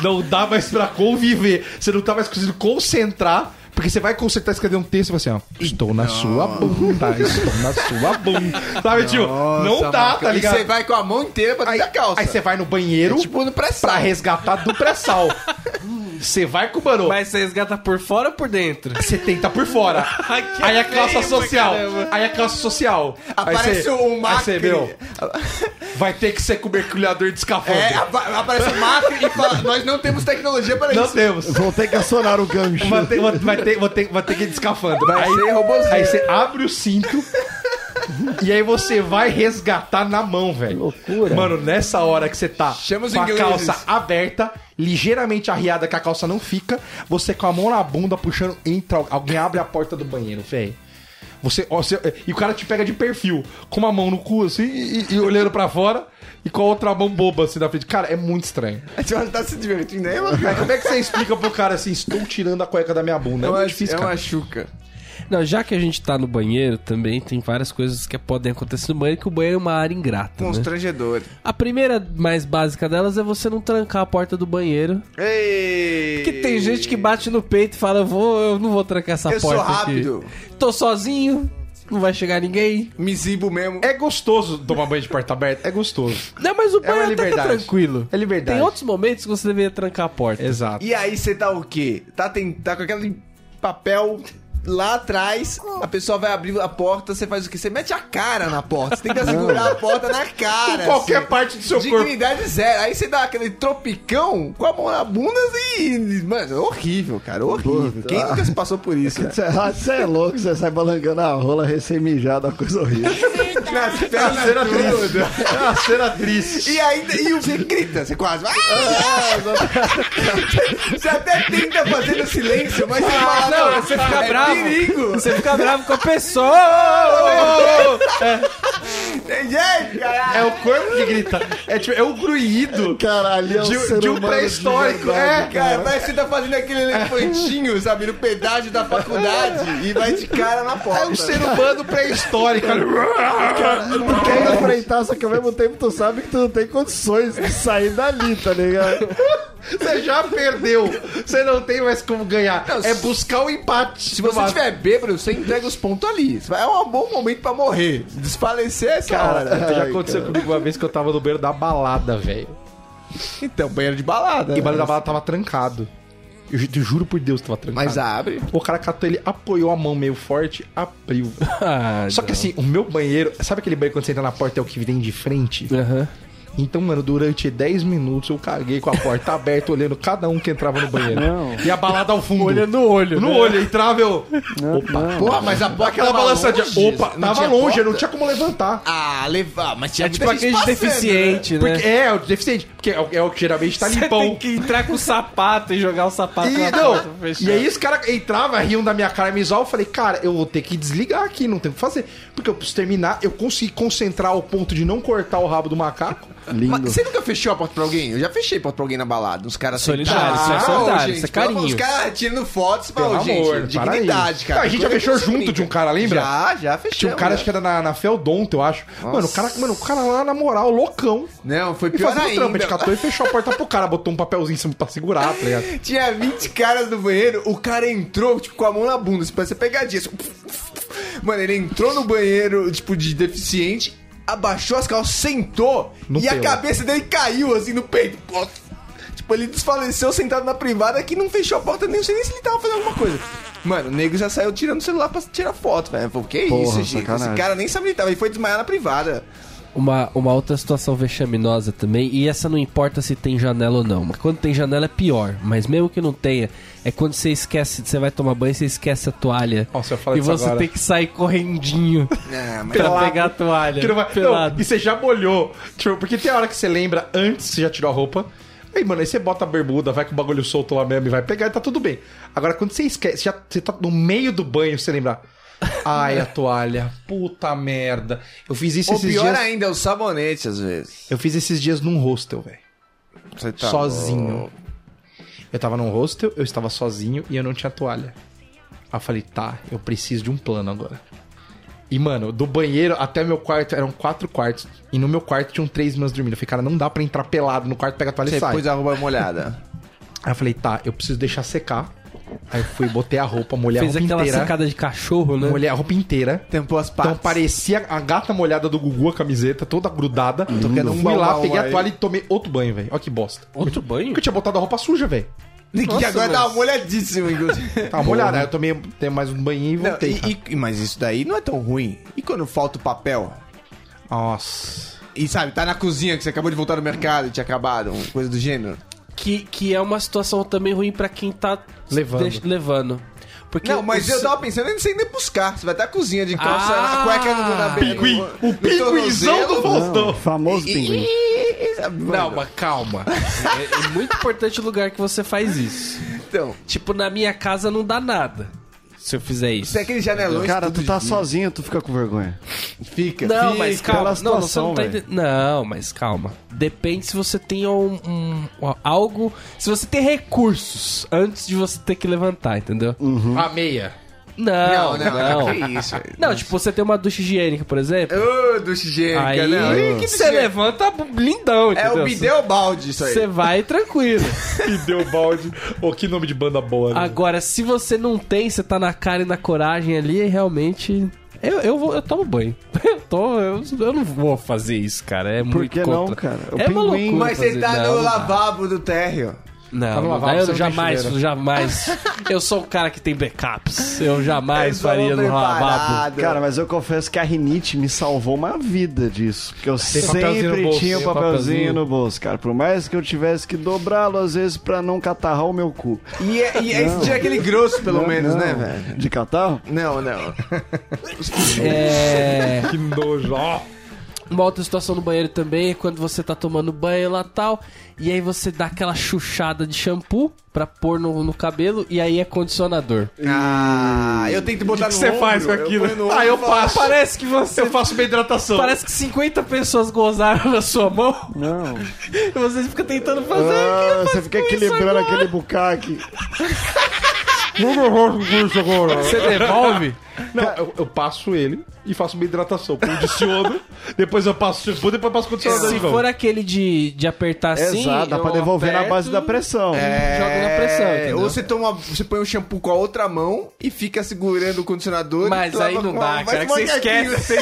não dá mais pra conviver. Você não tá mais conseguindo concentrar, porque você vai concentrar e escrever um texto e fala assim, ó, estou na sua bunda, estou na sua bunda. Sabe, tio? Não Nossa, dá, Marcão. tá ligado? E você vai com a mão inteira pra Aí, dentro da calça. aí você vai no banheiro tipo no pressão. pra resgatar do pré-sal. Você vai com o mano. Mas você resgata por fora ou por dentro? Você tenta por fora. que é aí a classe feio, social. caramba. Aí a classe social. Aí Aparece você- um aí você, Macri. meu, Vai ter que ser com o mergulhador de escafandro. É, apa- aparece o Macri e fala, nós não temos tecnologia para Não isso. temos. Vão ter que acionar o gancho. Vai ter, vai, vai ter, vai ter, vai ter que ir de escafandro. Vai aí, ser robozinho. aí você abre o cinto e aí você vai resgatar na mão, velho. Loucura. Mano, nessa hora que você tá Chama os com a ingleses. calça aberta, ligeiramente arriada que a calça não fica, você com a mão na bunda puxando, entra, alguém abre a porta do banheiro, velho. Você, ó, você- e o cara te pega de perfil, com uma mão no cu assim e, e- e olhando pra fora e com a outra mão boba assim na frente. Cara, é muito estranho. A gente tá se divertindo aí, mano. Aí como é que você explica pro cara assim, estou tirando a cueca da minha bunda? É É uma, muito difícil, é cara. uma chuca. Não, já que a gente tá no banheiro também, tem várias coisas que podem acontecer no banheiro, que o banheiro é uma área Tá ingrata, né? Constrangedor. A primeira mais básica delas é você não trancar a porta do banheiro Ei! Que tem gente que bate no peito e fala, eu, vou, eu não vou trancar essa Eu sou porta rápido. aqui. Tô sozinho, não vai chegar ninguém. Me zibo mesmo. É gostoso tomar banho de porta aberta, é gostoso. Não, mas o banheiro uma até que é liberdade. tranquilo. É liberdade. Tem outros momentos que você deveria trancar a porta. Exato. E aí você tá o quê? Tá, tem, tá com aquele papel lá atrás, a pessoa vai abrir a porta, você faz o quê? Você mete a cara na porta. Você tenta segurar a porta na cara. Qualquer assim. parte do seu corpo. Dignidade zero. Aí você dá aquele tropicão com a mão na bunda e. Mano, é horrível, cara. Horrível. Puta. Quem nunca se ah, passou por isso? cara? Você é louco, você sai balangando a rola recém-mijada, uma coisa horrível. nas pernas tudo. É uma cena triste. E ainda, e você grita, você quase. "Ah!" você até tenta fazer no silêncio, mas você Ah, fala, Não, você fica é bravo. perigo. Você fica bravo com a pessoa. Tem jeito, caralho. É o corpo que grita. É tipo, é o gruído Caralho, é um de, ser de um humano pré-histórico. de verdade, É, Cara, parece que você tá fazendo aquele elefantinho, sabe, no pedágio da faculdade e vai de cara na porta. é um ser humano pré-histórico. Tu quer enfrentar, só que ao mesmo tempo tu sabe que tu não tem condições de sair dali, tá ligado? Você já perdeu. Você não tem mais como ganhar. é buscar o empate. Se você Mas- tiver bêbado, você entrega os pontos ali. Vai- É um bom momento pra morrer. Desfalecer é essa hora. Cara, já Ai, aconteceu cara. comigo uma vez que eu tava no banheiro da balada, velho. Então, banheiro de balada. E o banheiro da balada tava trancado. Eu ju- te juro por Deus, tava trancado. Mas abre. O cara catou, ele apoiou a mão meio forte, abriu. Ah, é. Só que assim, o meu banheiro... Sabe aquele banheiro quando você entra na porta é o que vem de frente? Aham. Então, mano, durante 10 minutos eu caguei com a porta aberta, olhando cada um que entrava no banheiro. E a balada ao fundo. Olhando o olho. No né? olho, entrava eu. Opa, Pô, mas a porta Aquela tava balançadinha. longe. Opa, Não tava tinha longe, porta? eu não tinha como levantar. Ah, levar. Mas tinha É tipo muita gente aquele de passando, deficiente, né? Porque é, é o deficiente. Porque é o, é o que geralmente tá Você tem limpão. que entrar com o sapato e jogar o sapato E, na não, porta, fechado. e aí os caras entravam, riam da minha cara, me zoavam. Eu falei, cara, eu vou ter que desligar aqui, não tem o que fazer. Porque eu preciso terminar, eu consegui concentrar ao ponto de não cortar o rabo do macaco. Mas você nunca fechou a porta pra alguém? Eu já fechei a porta pra alguém na balada. Os caras Solidário, sentados. isso é Ah, solidário, gente, isso é pelo amor- carinho. Os caras tirando fotos pra Pelo oh, gente. amor, para dignidade, aí. cara. A gente já Coisa fechou que você junto brinca. de um cara, lembra? Já, já fechou. Tinha um cara, acho que era na, na Feldonto, eu acho. Mano, o cara, mano, o cara lá, na moral, loucão. né? Não, foi E um pior fazendo ainda. trampa, a gente catou e fechou a porta pro cara, botou um papelzinho em cima pra segurar, tá ligado? Tinha 20 caras no banheiro, o cara entrou, tipo, com a mão na bunda, assim, parece pegadinha. assim, Mano, ele entrou no banheiro, tipo, de deficiente, abaixou as calças, sentou, No e a pelo. cabeça dele caiu, assim, no peito. Pô. Tipo, ele desfaleceu sentado na privada que não fechou a porta, nem sei nem se ele tava fazendo alguma coisa. Mano, o nego já saiu tirando o celular pra tirar foto, velho. Falei, Que Porra, isso, gente? sacanagem. Esse cara nem sabe onde ele tava. Ele foi desmaiar na privada. Uma, uma outra situação vexaminosa também, e essa não importa se tem janela ou não, mas quando tem janela é pior, mas mesmo que não tenha, é quando você esquece, você vai tomar banho, você esquece a toalha. Nossa, eu falei e disso você agora. tem que sair correndinho Ah, mas... pra Pelado. pegar a toalha. É, Que não vai- pelado. Não, e você já molhou. Tipo, porque tem hora que você lembra antes, você já tirou a roupa. Aí, mano, aí você bota a bermuda, vai com o bagulho solto lá mesmo e vai pegar e tá tudo bem. Agora, quando você esquece, já, você tá no meio do banho, você lembra. Ai, a toalha. Puta merda. Eu fiz isso Ou esses pior dias. ainda, é o sabonete, às vezes. Eu fiz esses dias num hostel, velho. Você tá sozinho. Eu tava num hostel, eu estava sozinho e eu não tinha toalha. Aí eu falei, tá, eu preciso de um plano agora. E, mano, do banheiro até meu quarto, eram quatro quartos. E no meu quarto tinham três meus dormindo. Eu falei, cara, não dá pra entrar pelado no quarto, pega a toalha Você e sai. pôs a roupa molhada. Aí eu falei, tá, eu preciso deixar secar. Aí eu fui, botei a roupa, molhei Fez a roupa aquela inteira. sacada de cachorro, né? Molhei a roupa inteira. Tampou as patas. Então parecia a gata molhada do Gugu, a camiseta toda grudada. querendo Fui um lá, balão peguei a aí. toalha e tomei outro banho, velho. Olha que bosta. Outro banho? Porque eu tinha botado a roupa suja, velho. que Nossa, agora mas- tá molhadíssimo, inclusive. Tava molhada. Aí Tá eu tomei tem mais um banho e Não, voltei. e- cara. e- mas isso daí não é tão ruim. E quando falta o papel? Nossa. E sabe, tá na cozinha que você acabou de voltar do mercado e tinha acabado, uma coisa do gênero. Que, que é uma situação também ruim pra quem tá Levando. levando. Porque não, mas o- eu tava pensando em você ainda buscar. Você vai até a cozinha de calça, Ah! a cueca no, na Pinguim. O no pinguizão do tornozelo. Não, Faustão. o famoso pinguim. Ih, sabe, Não, mano? mas calma. é, é muito importante o lugar que você faz isso. Então, Tipo, na minha casa não dá nada se eu fizer isso. você é aquele janelão Cara, tu tudo tá sozinho, tu fica com vergonha. Fica. Não, Fica mas calma. pela não, você situação, não, tá velho. ente- não, mas calma. Depende se você tem um, um- algo. Se você tem recursos antes de você ter que levantar, entendeu? A meia. Não, não, não. Hum. Que isso? Não, tipo, você tem uma ducha higiênica, por exemplo. Ô, do higiênica, né? aí não. Ih, que você higiênica. levanta blindão, É entendeu? o bideu balde isso aí. Você vai tranquilo. E deu balde. Ô, que nome de banda boa, né? Agora, se você não tem, você tá na cara e na coragem ali, e realmente. Eu, eu, vou, eu tomo banho. Eu, tomo, eu, eu não vou fazer isso, cara. É Por muito que não, contra. cara? O É uma pinguim- loucura Mas você fazer- tá não, no Tá não dá. lavabo do térreo. Não, numa não válvula, dá, eu você não tem jamais, chuveiro. jamais. Eu sou um cara que tem backups. Eu jamais Ah, faria um no lavabo. Cara, mas eu confesso que a rinite me salvou uma vida disso. Porque eu papelzinho no sempre bolso, tinha o tem papelzinho. papelzinho no bolso, cara. Por mais que eu tivesse que dobrá-lo às vezes pra não catarrar o meu cu. E, é, e é, tinha aquele grosso, pelo Não, menos, não. né, velho? De catarro? Não, não. É. Que nojo. Tá ó. Uma outra situação no banheiro também é quando você tá tomando banho lá tal, e aí você dá aquela chuchada de shampoo pra pôr no, no cabelo, e aí é condicionador. Ah, eu tento botar O que no você ombro, faz com eu aquilo? ponho no ombro ah, eu e falo, passo. Parece que você. Eu faço minha hidratação. Parece que 50 pessoas gozaram na sua mão, Não. e você fica tentando fazer Ah, aquilo. você fica equilibrando aquele bucaque. Você devolve? Não, eu, eu passo ele e faço minha hidratação. Condiciono, depois eu passo shampoo, depois eu passo condicionador. Se de novo. for aquele de, de apertar assim. Exato, dá eu pra devolver na aperto base da pressão. e Joga na pressão. É, entendeu? ou você toma, você põe o shampoo com a outra mão e fica segurando o condicionador. Mas e lava aí não com dá, a- vai cara, que tomar você esquece, gatinho. você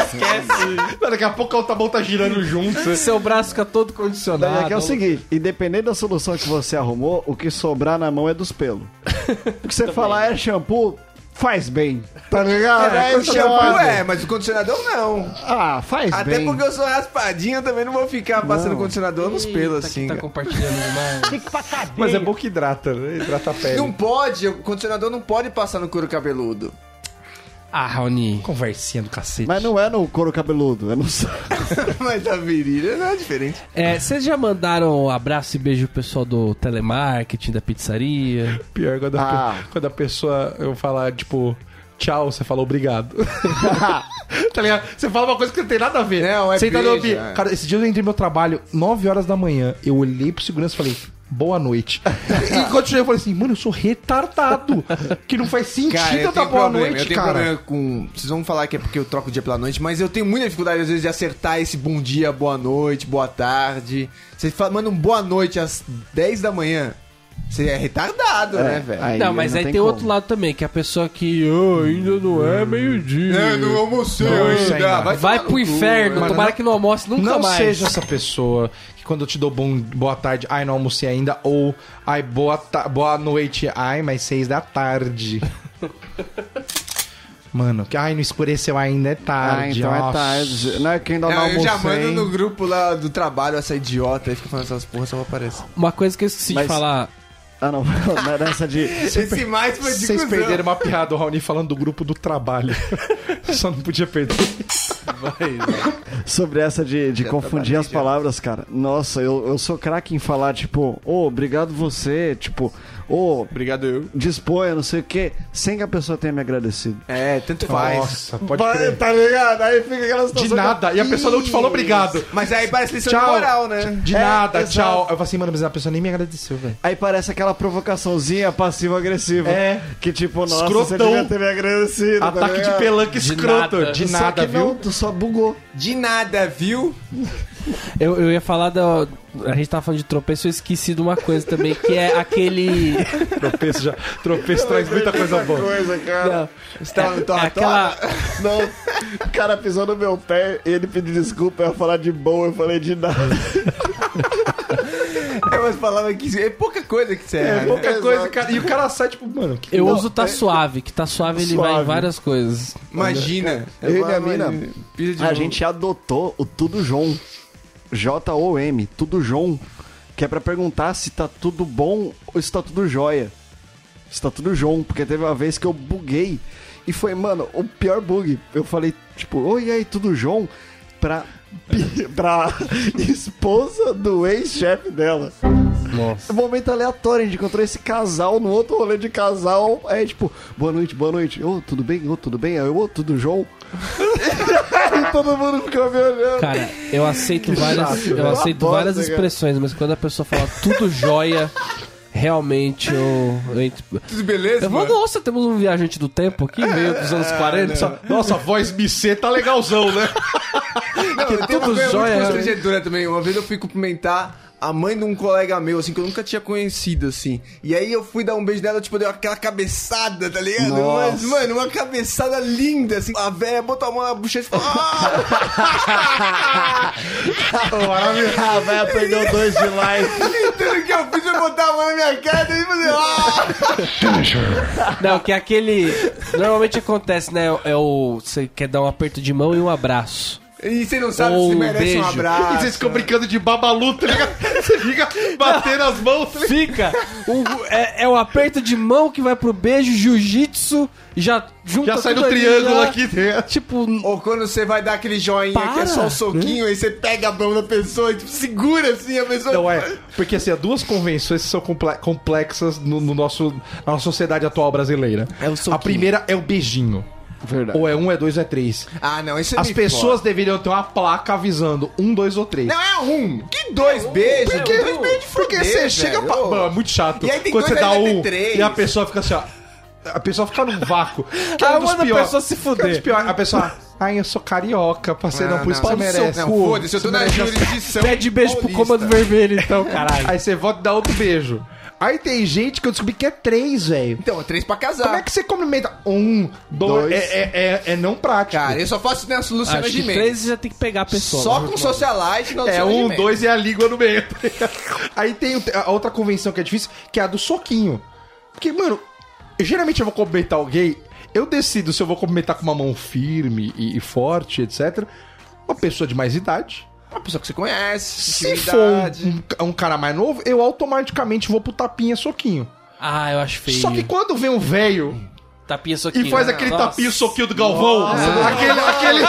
esquece. Não, Daqui a pouco a outra mão tá girando junto. Seu braço fica todo condicionado. Daí é que é o seguinte, independente da solução que você arrumou, o que sobrar na mão é dos pelos. O que você falar é shampoo, faz bem. Tá ligado? É, Aí o você shampoo olha, é, mas o condicionador não. Ah, faz Até bem. porque eu sou raspadinho, eu também não vou ficar passando Não. condicionador nos pelos, assim. Tá cara. compartilhando demais. Mas é bom que hidrata, né? Hidrata a pele. Não pode, o condicionador não pode passar no couro cabeludo. Ah, Raoni. Conversinha do cacete. Mas não é no couro cabeludo, é no saco. mas a virilha não é diferente. É, vocês já mandaram um abraço e beijo pro pessoal do telemarketing, da pizzaria? Pior quando a, Ah. pe- quando a pessoa eu falar, tipo, tchau, você fala obrigado. tá ligado? Você fala uma coisa que não tem nada a ver. Não, é você tá no beijo, ambiente- é. Cara, esse dia eu entrei no meu trabalho, 9 horas da manhã, eu olhei pro segurança e falei. Boa noite. E continuei, eu falei assim, mano, eu sou retardado. Que não faz sentido eu dar boa eu noite, tenho cara. problema com. Vocês vão falar que é porque eu troco o dia pela noite, mas eu tenho muita dificuldade, às vezes, de acertar esse bom dia, boa noite, boa tarde. Você fala- manda um boa noite às 10 da manhã. Você é retardado, né, velho? Aí não, mas aí tem, outro lado também, que é a pessoa que "Ah, ainda não é meio-dia. almocei ainda. Vai, pro inferno, mano. tomara que não almoce nunca Não mais. seja essa pessoa que quando eu te dou bom, boa tarde, ai, não almocei ainda, ou ai, boa, ta- boa noite, ai, mas seis da tarde. Mano, que ai, não escureceu ainda, é Ah, tarde. então é nossa. tarde. Não é que ainda não eu já mando almocei. no grupo lá do trabalho essa idiota e fica falando essas porras só pra aparecer. Uma coisa que eu esqueci de Mas- falar. Ah, não. Não é nessa de... Esse mais foi de Vocês cuzão. perderam uma piada, o Raoni falando do grupo do trabalho. Só não podia perder. Sobre essa de, de confundir as palavras, cara. Nossa, eu, eu sou craque em falar, tipo, ô, obrigado você, tipo, ô, Obrigado eu. disponha, não sei o quê, sem que a pessoa tenha me agradecido. É, tanto faz. Nossa, pode Vai, crer. tá ligado? Aí fica aquela situação. De nada. E a pessoa não te falou obrigado. Mas aí parece lição de Tchau. moral, né? De É, nada, exato. tchau. Eu falei assim, mano, mas a pessoa nem me agradeceu, velho. Aí parece aquela provocaçãozinha passivo-agressiva. É. Que tipo, nossa, você Escrotão. devia ter me agradecido. tá Ataque de ligado? pelanca escroto. nada. De Só nada, que viu? Não, tu só bugou. De nada, viu? Eu, eu ia falar da. A gente tava falando de tropeço, eu esqueci de uma coisa também, que é aquele. Tropeço já. Tropeço traz muita coisa boa. Coisa, cara. Não, é- é aquela. Não. O cara pisou no meu pé, ele pediu desculpa, eu ia falar de boa, eu falei de nada. É umas palavras que. É pouca coisa que você erra. É né? pouca Exato. coisa, cara. E o cara sai, tipo, mano, que Eu uso tá suave, que tá suave ele vai em Suave. várias coisas. Imagina. Eu e Agora, minha mina, imagina. Pisa de A novo. gente adotou o Tudo João. J-O-M, Tudo João. Que é pra perguntar se tá tudo bom ou se tá tudo jóia. Se tá tudo João, porque teve uma vez que eu buguei. E foi, mano, o pior bug. Eu falei, tipo, oi, e aí, tudo João? Pra, pra esposa do ex-chefe dela. Nossa. Um momento aleatório, a gente encontrou esse casal no outro rolê de casal. Aí, tipo, boa noite, boa noite. Ô, tudo bem? Ô, tudo bem? Aí, Ô, tudo João? e todo mundo ficou me olhando. Cara, eu aceito várias, chato, eu velho. aceito Uma bosta, várias cara. expressões, mas quando a pessoa fala tudo jóia, realmente eu, eu entro- Tudo beleza? Eu falo, mano? nossa, temos um viajante do tempo aqui, veio dos anos 40, só- Nossa, a voz BC tá legalzão, né? Não, tem uma tudo coisa jóia, né? muito constrangedora também. Uma vez eu fui cumprimentar a mãe de um colega meu, assim, que eu nunca tinha conhecido, assim. E aí eu fui dar um beijo nela, tipo, deu aquela cabeçada, tá ligado? Nossa. Mas, mano, uma cabeçada linda, assim. A velha botou a mão na bochecha e falou... "Ah!" Ah, vai, perdeu dois de life. E tudo Então, que eu fiz foi botar a mão na minha cara e fazer... "Ah!" Não, que é aquele. Normalmente acontece, né? É o. Você quer dar um aperto de mão e um abraço. E você não sabe Ou se um merece um beijo. E abraço. vocês ficam brincando de babalu, tá ligado? Você fica batendo as mãos. tá ligado? Fica! o- é, é o aperto de mão que vai pro beijo, jiu-jitsu, já junta Já sai tudo do ali, triângulo já- aqui, tá ligado? Tipo, Ou quando você vai dar aquele joinha que é Para, só um soquinho, aí você pega a mão da pessoa e tipo, segura assim a pessoa. Não é. Porque assim, há duas convenções que são comple- complexas no, no nosso, na nossa sociedade atual brasileira. É o soquinho. a primeira é o beijinho. Verdade. Ou é um, é dois, é três. Ah, não, isso é As meio pessoas deveriam ter uma placa avisando um, dois ou três. foda. Não, é um. Que dois beijos? Porque, dois beijos de porque fuder, você chega velho. pra. Ô. Mano, é muito chato. E aí tem Quando dois, você dá aí tem um três. e a pessoa fica assim, ó. A pessoa fica num vácuo. Que Ah, é um dos manda a piores. pessoa se fuder. Que é um dos piores. A pessoa. Ai, eu sou carioca, parceiro. Não, Não, por isso Ah, não, que você não, merece. assim. Não, foda-se, eu tô na jurisdição. pede beijo pro né? Um paulista. comando vermelho, então, caralho. Aí você volta e dá outro beijo. Aí tem gente que eu descobri que é três, velho. Então, é três pra casar. Como é que você cumprimenta? Um, dois. Dois. É, é, é, é não prático. Cara, eu só faço nessa Luciana Acho que de três você já tem que pegar a pessoa. Só né? com socialite não É um, dois e a língua no meio. tá ligado? Aí tem o- a outra convenção que é difícil, que é a do soquinho. Porque, mano, geralmente eu vou cumprimentar alguém, eu decido se eu vou cumprimentar com uma mão firme e, e forte, etc. Uma pessoa de mais idade. Uma pessoa que você conhece, Se for intimidade. um, um cara mais novo, eu automaticamente vou pro tapinha soquinho. Ah, eu acho feio. Só que quando vem um velho Tapinha soquinho. e faz é, né? aquele Nossa. tapinha soquinho do Galvão, aquele, aquele.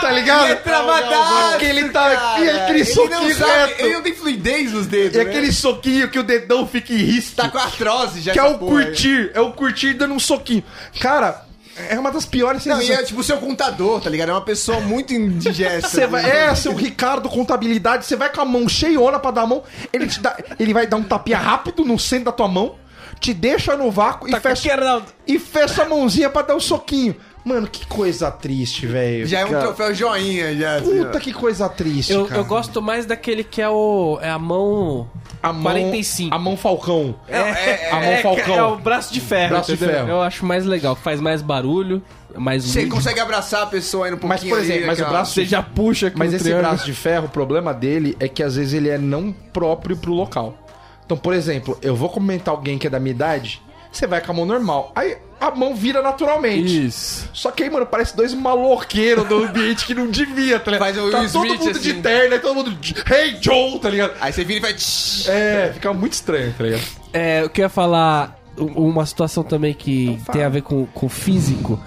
Tá ligado? É travadaço, Aquele tapinha, cara. aquele ele soquinho não sabe, reto. ele não tem fluidez nos dedos, E né? aquele soquinho que o dedão fica em risco. Tá com artrose já que é essa o porra aí. curtir. É o curtir dando um soquinho. Cara, é uma das piores Não, e é sensações. tipo o seu contador, tá ligado? É uma pessoa muito indigesta. assim. Você vai, é, seu Ricardo Contabilidade, você vai com a mão cheiona pra dar a mão, ele te dá, ele vai dar um tapinha rápido no centro da tua mão, te deixa no vácuo e Tá com fecha, Geraldo. e fecha a mãozinha pra dar um soquinho. Mano, que coisa triste, velho. Já é um troféu joinha, já. assim, ó. Puta que coisa triste, Eu, cara. eu gosto mais daquele que é o. É a mão. a mão, 45. A mão Falcão. É, é, a mão é, Falcão. é o braço de ferro. Braço de entendeu? ferro. Eu acho mais legal, faz mais barulho, mais Você lúdico. consegue abraçar a pessoa aí no pouquinho Mas, por exemplo, ali, mas o aquela- braço Você já puxa com Mas o esse triângulo. braço de ferro, o problema dele é que às vezes ele é não próprio pro local. Então, por exemplo, eu vou comentar alguém que é da minha idade, você vai com a mão normal. Aí a mão vira naturalmente. Isso. Só que aí, mano, parece dois maloqueiros do ambiente que não devia, tá ligado? Faz o tá Will todo Smith, mundo assim. de terno, aí todo mundo. de- Hey Joe, tá ligado? Aí você vira e vai. tsh. É, fica muito estranho, tá ligado? É, eu queria falar u- uma situação também que Então tem a ver com, com físico.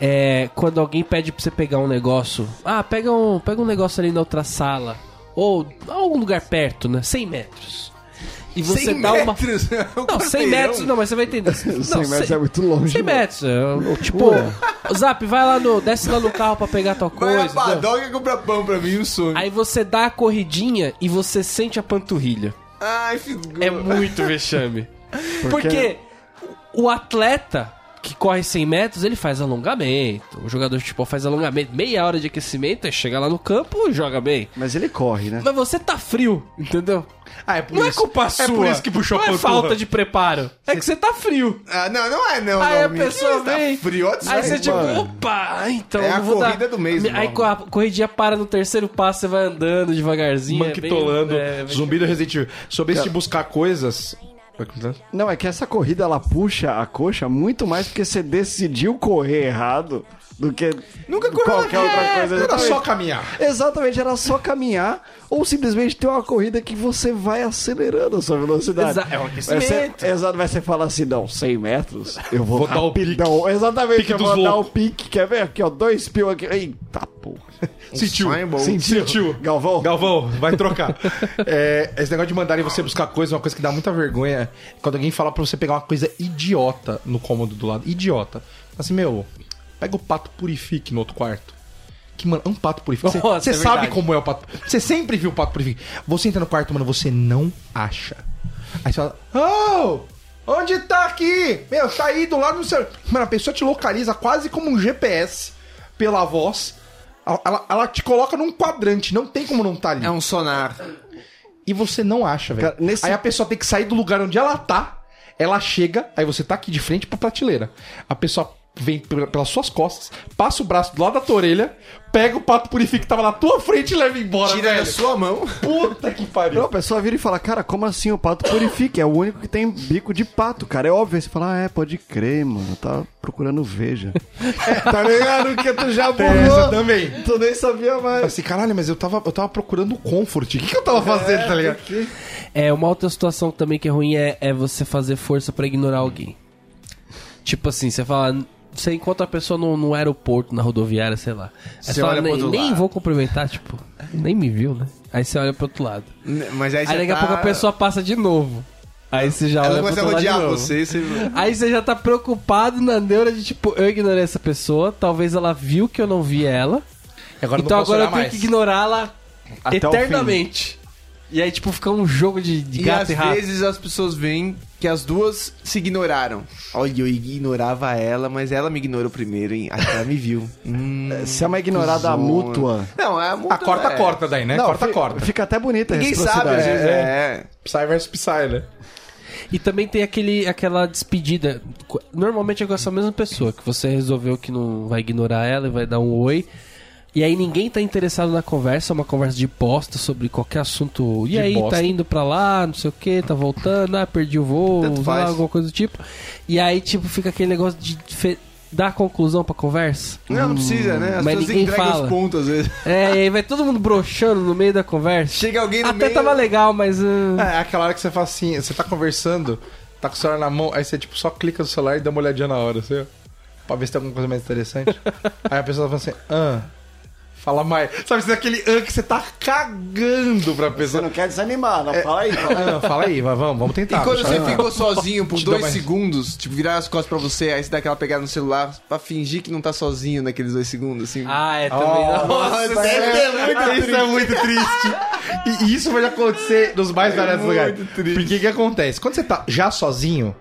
É quando alguém pede pra você pegar um negócio. Ah, pega um, pega um negócio ali na outra sala. Ou algum lugar perto, né? 100 metros. E você 100 dá uma. metros, é um Não, 100 quarteirão. metros, não, mas você vai entender. 100 metros é muito longe, 100 mano. metros. é, Tipo, Zap, vai lá no. Desce lá no carro pra pegar tua Vai coisa. na entendeu? padoca e compra pão pra mim, um sonho. Aí você dá a corridinha e você sente a panturrilha. Ai, figura. É muito vexame. Porque Porque o atleta que corre 100 metros, ele faz alongamento. O jogador de futebol faz alongamento. Meia hora de aquecimento, aí chega lá no campo e joga bem. Mas ele corre, né? Mas você tá frio, entendeu? Ah, é por Não é isso. culpa é sua. por isso que puxou a Não é panturra. falta de preparo. É que você tá frio. Ah, não, não é não. Aí a Domingo. pessoa Tá vem. frio, ó, Aí desculpa. você tipo, mano. opa, ah, então. É eu a vou corrida dar... do mês, Aí Norman. a corridinha para no terceiro passo, você vai andando devagarzinho. é bem- Manquitolando, é, bem- zumbi do Resident Evil. Sobre esse buscar coisas. Não, é que essa corrida ela puxa a coxa muito mais porque você decidiu correr errado do que Nunca correu qualquer na vida. outra coisa. Era é só Exatamente. caminhar. Exatamente, era só caminhar ou simplesmente ter uma corrida que você vai acelerando a sua velocidade. Exa- é um Vai ser- aquecimento. exato, vai você falar assim, não, 100 metros, eu vou, Vou dar o rapidão. Exatamente, Pique eu dos vou dar o loucos. pique, quer ver? Aqui, ó, dois pil aqui. Eita, porra. Um Sentiu. Usain Bolt. Sentiu. Galvão? Galvão, vai trocar. É, esse negócio de mandarem você buscar coisa, é uma coisa que dá muita vergonha. é Quando alguém fala pra você pegar uma coisa idiota no cômodo do lado. Idiota. Assim, meu, pega o pato purifique no outro quarto. Que, mano, é um pato purifique. Nossa, Você é sabe verdade. como é o pato. Você sempre viu o pato purifique. Você entra no quarto, mano, você não acha. Aí você fala, oh! Onde tá aqui? Meu, tá aí do lado do seu. Mano, a pessoa te localiza quase como um GPS pela voz. Ela, ela- ela te coloca num quadrante, não tem como não tá ali. É um sonar. e você não acha, velho. É um Cara, nesse- Aí a pessoa tem que sair do lugar onde ela tá, ela chega, aí você tá aqui de frente pra prateleira. A pessoa vem pe- pelas suas costas, passa o braço do lado da tua orelha, pega o pato purifico que tava na tua frente e leva embora, Tira da velho. sua mão. Puta que Não, a pariu. pessoa vira e fala, cara, como assim o pato purifica? É o único que tem bico de pato, cara. É óbvio. Aí Você fala, ah, é, pode crer, mano. Tá procurando veja. tá ligado? Que tu já Essa burlou. também. Tu nem sabia mais. Assim, caralho, mas eu tava, eu tava procurando o comfort. O que, que eu tava fazendo, tá ligado? É, uma outra situação também que é ruim é, é você fazer força pra ignorar alguém. Tipo assim, você fala. Você encontra a pessoa no, no aeroporto, na rodoviária, sei lá. Aí você, fala, olha pro nem, outro nem lado." vou cumprimentar, tipo, nem me viu, né? Aí você olha pro outro lado. né, Mas aí, tá Aí daqui a pouco a pessoa passa de novo. Aí você já Ela olha pro começa a outro lado de rodear novo. você. você... Aí você já tá preocupado na neura de tipo, eu ignorei essa pessoa, talvez ela viu que eu não vi ela. É. Agora eu não então posso agora eu olhar tenho mais. que ignorá-la Até o fim. eternamente. E aí, tipo, fica um jogo de, de E às gato e, rato. vezes as pessoas veem que as duas se ignoraram. Olha, eu ignorava ela, mas ela me ignorou primeiro, hein? Aí ela me viu. Hum, Se é uma ignorada zona. mútua. Não, é a multa, A corta, é. corta daí, né? Não, corta, fi- corta. Fica até bonita a Ninguém sabe, às reciprocidade. vezes. É. Psy versus Psy, né? E também tem aquele, aquela despedida. Co- Normalmente é com essa mesma pessoa, que você resolveu que não vai ignorar ela e vai dar um oi. E aí ninguém tá interessado na conversa, é uma conversa de bosta sobre qualquer assunto. E De aí bosta. tá indo pra lá, não sei o que, tá voltando, ah, perdi o voo, Tanto sei lá, faz. alguma coisa do tipo. E aí, tipo, fica aquele negócio de fe- dar conclusão pra conversa. Não, não precisa, né? As Mas pessoas ninguém entregam fala. os pontos, às vezes. É, e aí vai todo mundo broxando no meio da conversa. Chega alguém no Até meio... tava legal, mas. ah, É, é aquela hora que você fala assim, você tá conversando, tá com o celular na mão, aí você tipo só clica no celular e dá uma olhadinha na hora, assim, ó, pra ver se tem alguma coisa mais interessante. aí a pessoa fala assim, ah, fala mais. Sabe, você é aquele ah que você tá cagando pra Você pessoa. não quer desanimar, não. Fala aí. fala aí. Ah, fala aí, vai, vamos, vamos E tentar. quando deixa você eu- ficou sozinho por Te dou dois mais. segundos, tipo, virar as costas pra você, aí você dá aquela pegada no celular pra fingir que não tá sozinho naqueles dois segundos, assim. é também. não. Nossa, isso é muito triste. E isso vai acontecer nos mais variados muito lugares. Porque o que acontece? Quando você tá já sozinho,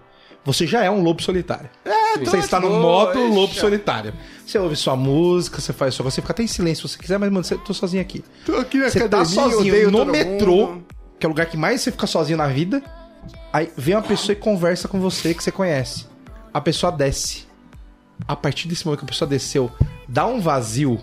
você já é um lobo solitário. É, você está no boa, modo é, lobo já. solitário. Você ouve sua música, você faz sua coisa, você fica até em silêncio se você quiser, mas, mano, você, eu tô sozinho aqui. Tô aqui na Você tá academia, sozinho odeio no todo metrô, mundo. que é o lugar que mais você fica sozinho na vida. Aí vem uma pessoa e conversa com você que você conhece. A pessoa desce. A partir desse momento que a pessoa desceu, dá um vazio.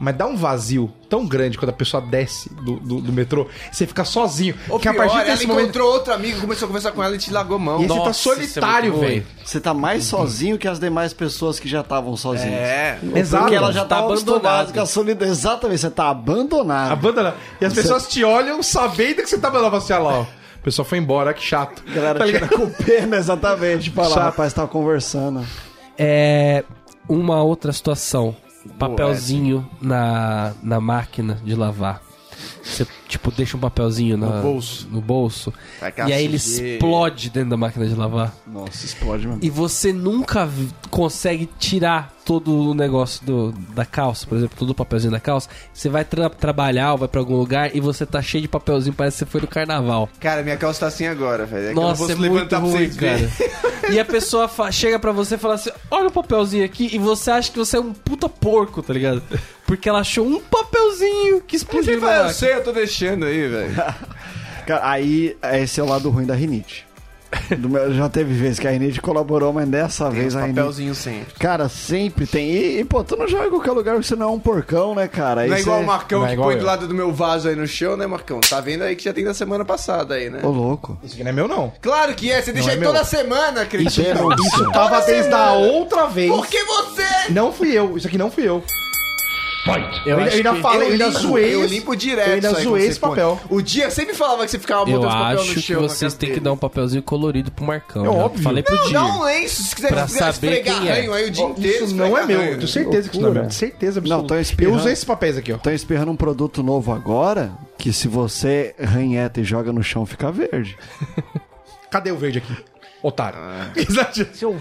Mas dá um vazio tão grande quando a pessoa desce do, do, do metrô, você fica sozinho. Ou que a pior, partir ela desse encontrou momento. outro amigo, começou a conversar com ela e te largou a mão. E aí você tá Nossa, isso é solitário, muito ruim. velho. Você tá mais sozinho que as demais pessoas que já estavam sozinhas. É. Exato. Porque ela já Tá tá abandonada abandonado. com a solidão. Exatamente, você tá abandonado. Abandona. E as Você- pessoas é- te olham sabendo que você tá mandando você olha lá, ó. A pessoa foi embora, que chato. Galera, tá tira ligado? com pena, exatamente. Tipo, olha Chato. lá, o rapaz tava conversando. É uma outra situação. é Papelzinho assim. na, na máquina de lavar. Você, tipo, deixa um papelzinho na- no bolso. No bolso Vai que é assim e aí a ele sujeira. explode dentro da máquina de lavar. Nossa, explode mesmo. E você nunca vi- consegue tirar todo o negócio do- da calça, por exemplo, todo o papelzinho da calça. Você vai tra- trabalhar ou vai pra algum lugar e você tá cheio de papelzinho, parece que você foi no carnaval. Cara, minha calça tá assim agora, velho. É que eu não Nossa, vou é se levantar muito pra ruim, vocês cara. verem. E a pessoa fa- chega pra você e fala assim: olha o papelzinho aqui, e você acha que você é um puta porco, tá ligado? Porque ela achou um papelzinho que Você explodiu. fala, na eu máquina. sei, eu tô deixando aí, velho. Cara, aí esse é o lado ruim da rinite. Do meu- já teve vezes que a rinite colaborou, mas dessa Tem vez uns né? a rinite. papelzinhos sempre. Cara, sempre tem. E, e, pô, tu não joga em qualquer lugar que você não é um porcão, né, cara? Aí Não é igual cê- o Marcão Não é que igual põe eu. do lado do meu vaso aí no chão, né, Marcão? Tá vendo aí que já tem da semana passada aí, né? Ô, louco. Isso aqui não é meu, não. Claro que é, você deixa é aí meu. toda semana, Isso é acredita? denúncia. Tava desde a outra vez. Porque você... Não fui eu, isso aqui não fui eu. Eu, acho ainda que- falei, eu ainda zoei. eu esse- limpo direto Eu ainda isso aí zoei quando esse você põe. papel. O dia você me falava que você ficava botando Eu os papel acho no que chão. na vocês casa têm que dele. dar um papelzinho colorido pro Marcão. É já óbvio. Falei pro Não, dia. dá um lenço, se quiser Pra quiser saber esfregar quem é. ranho aí o dia inteiro. Isso não é esfregar meu. ranho. Eu tenho certeza que isso não é meu. Certeza absoluta. Não, tá tô Eu espirrando. usei esses papéis aqui, ó. Estão espirrando um produto novo agora que se você ranheta e joga no chão fica verde. Cadê o verde aqui? Otário. Ah. Exagero.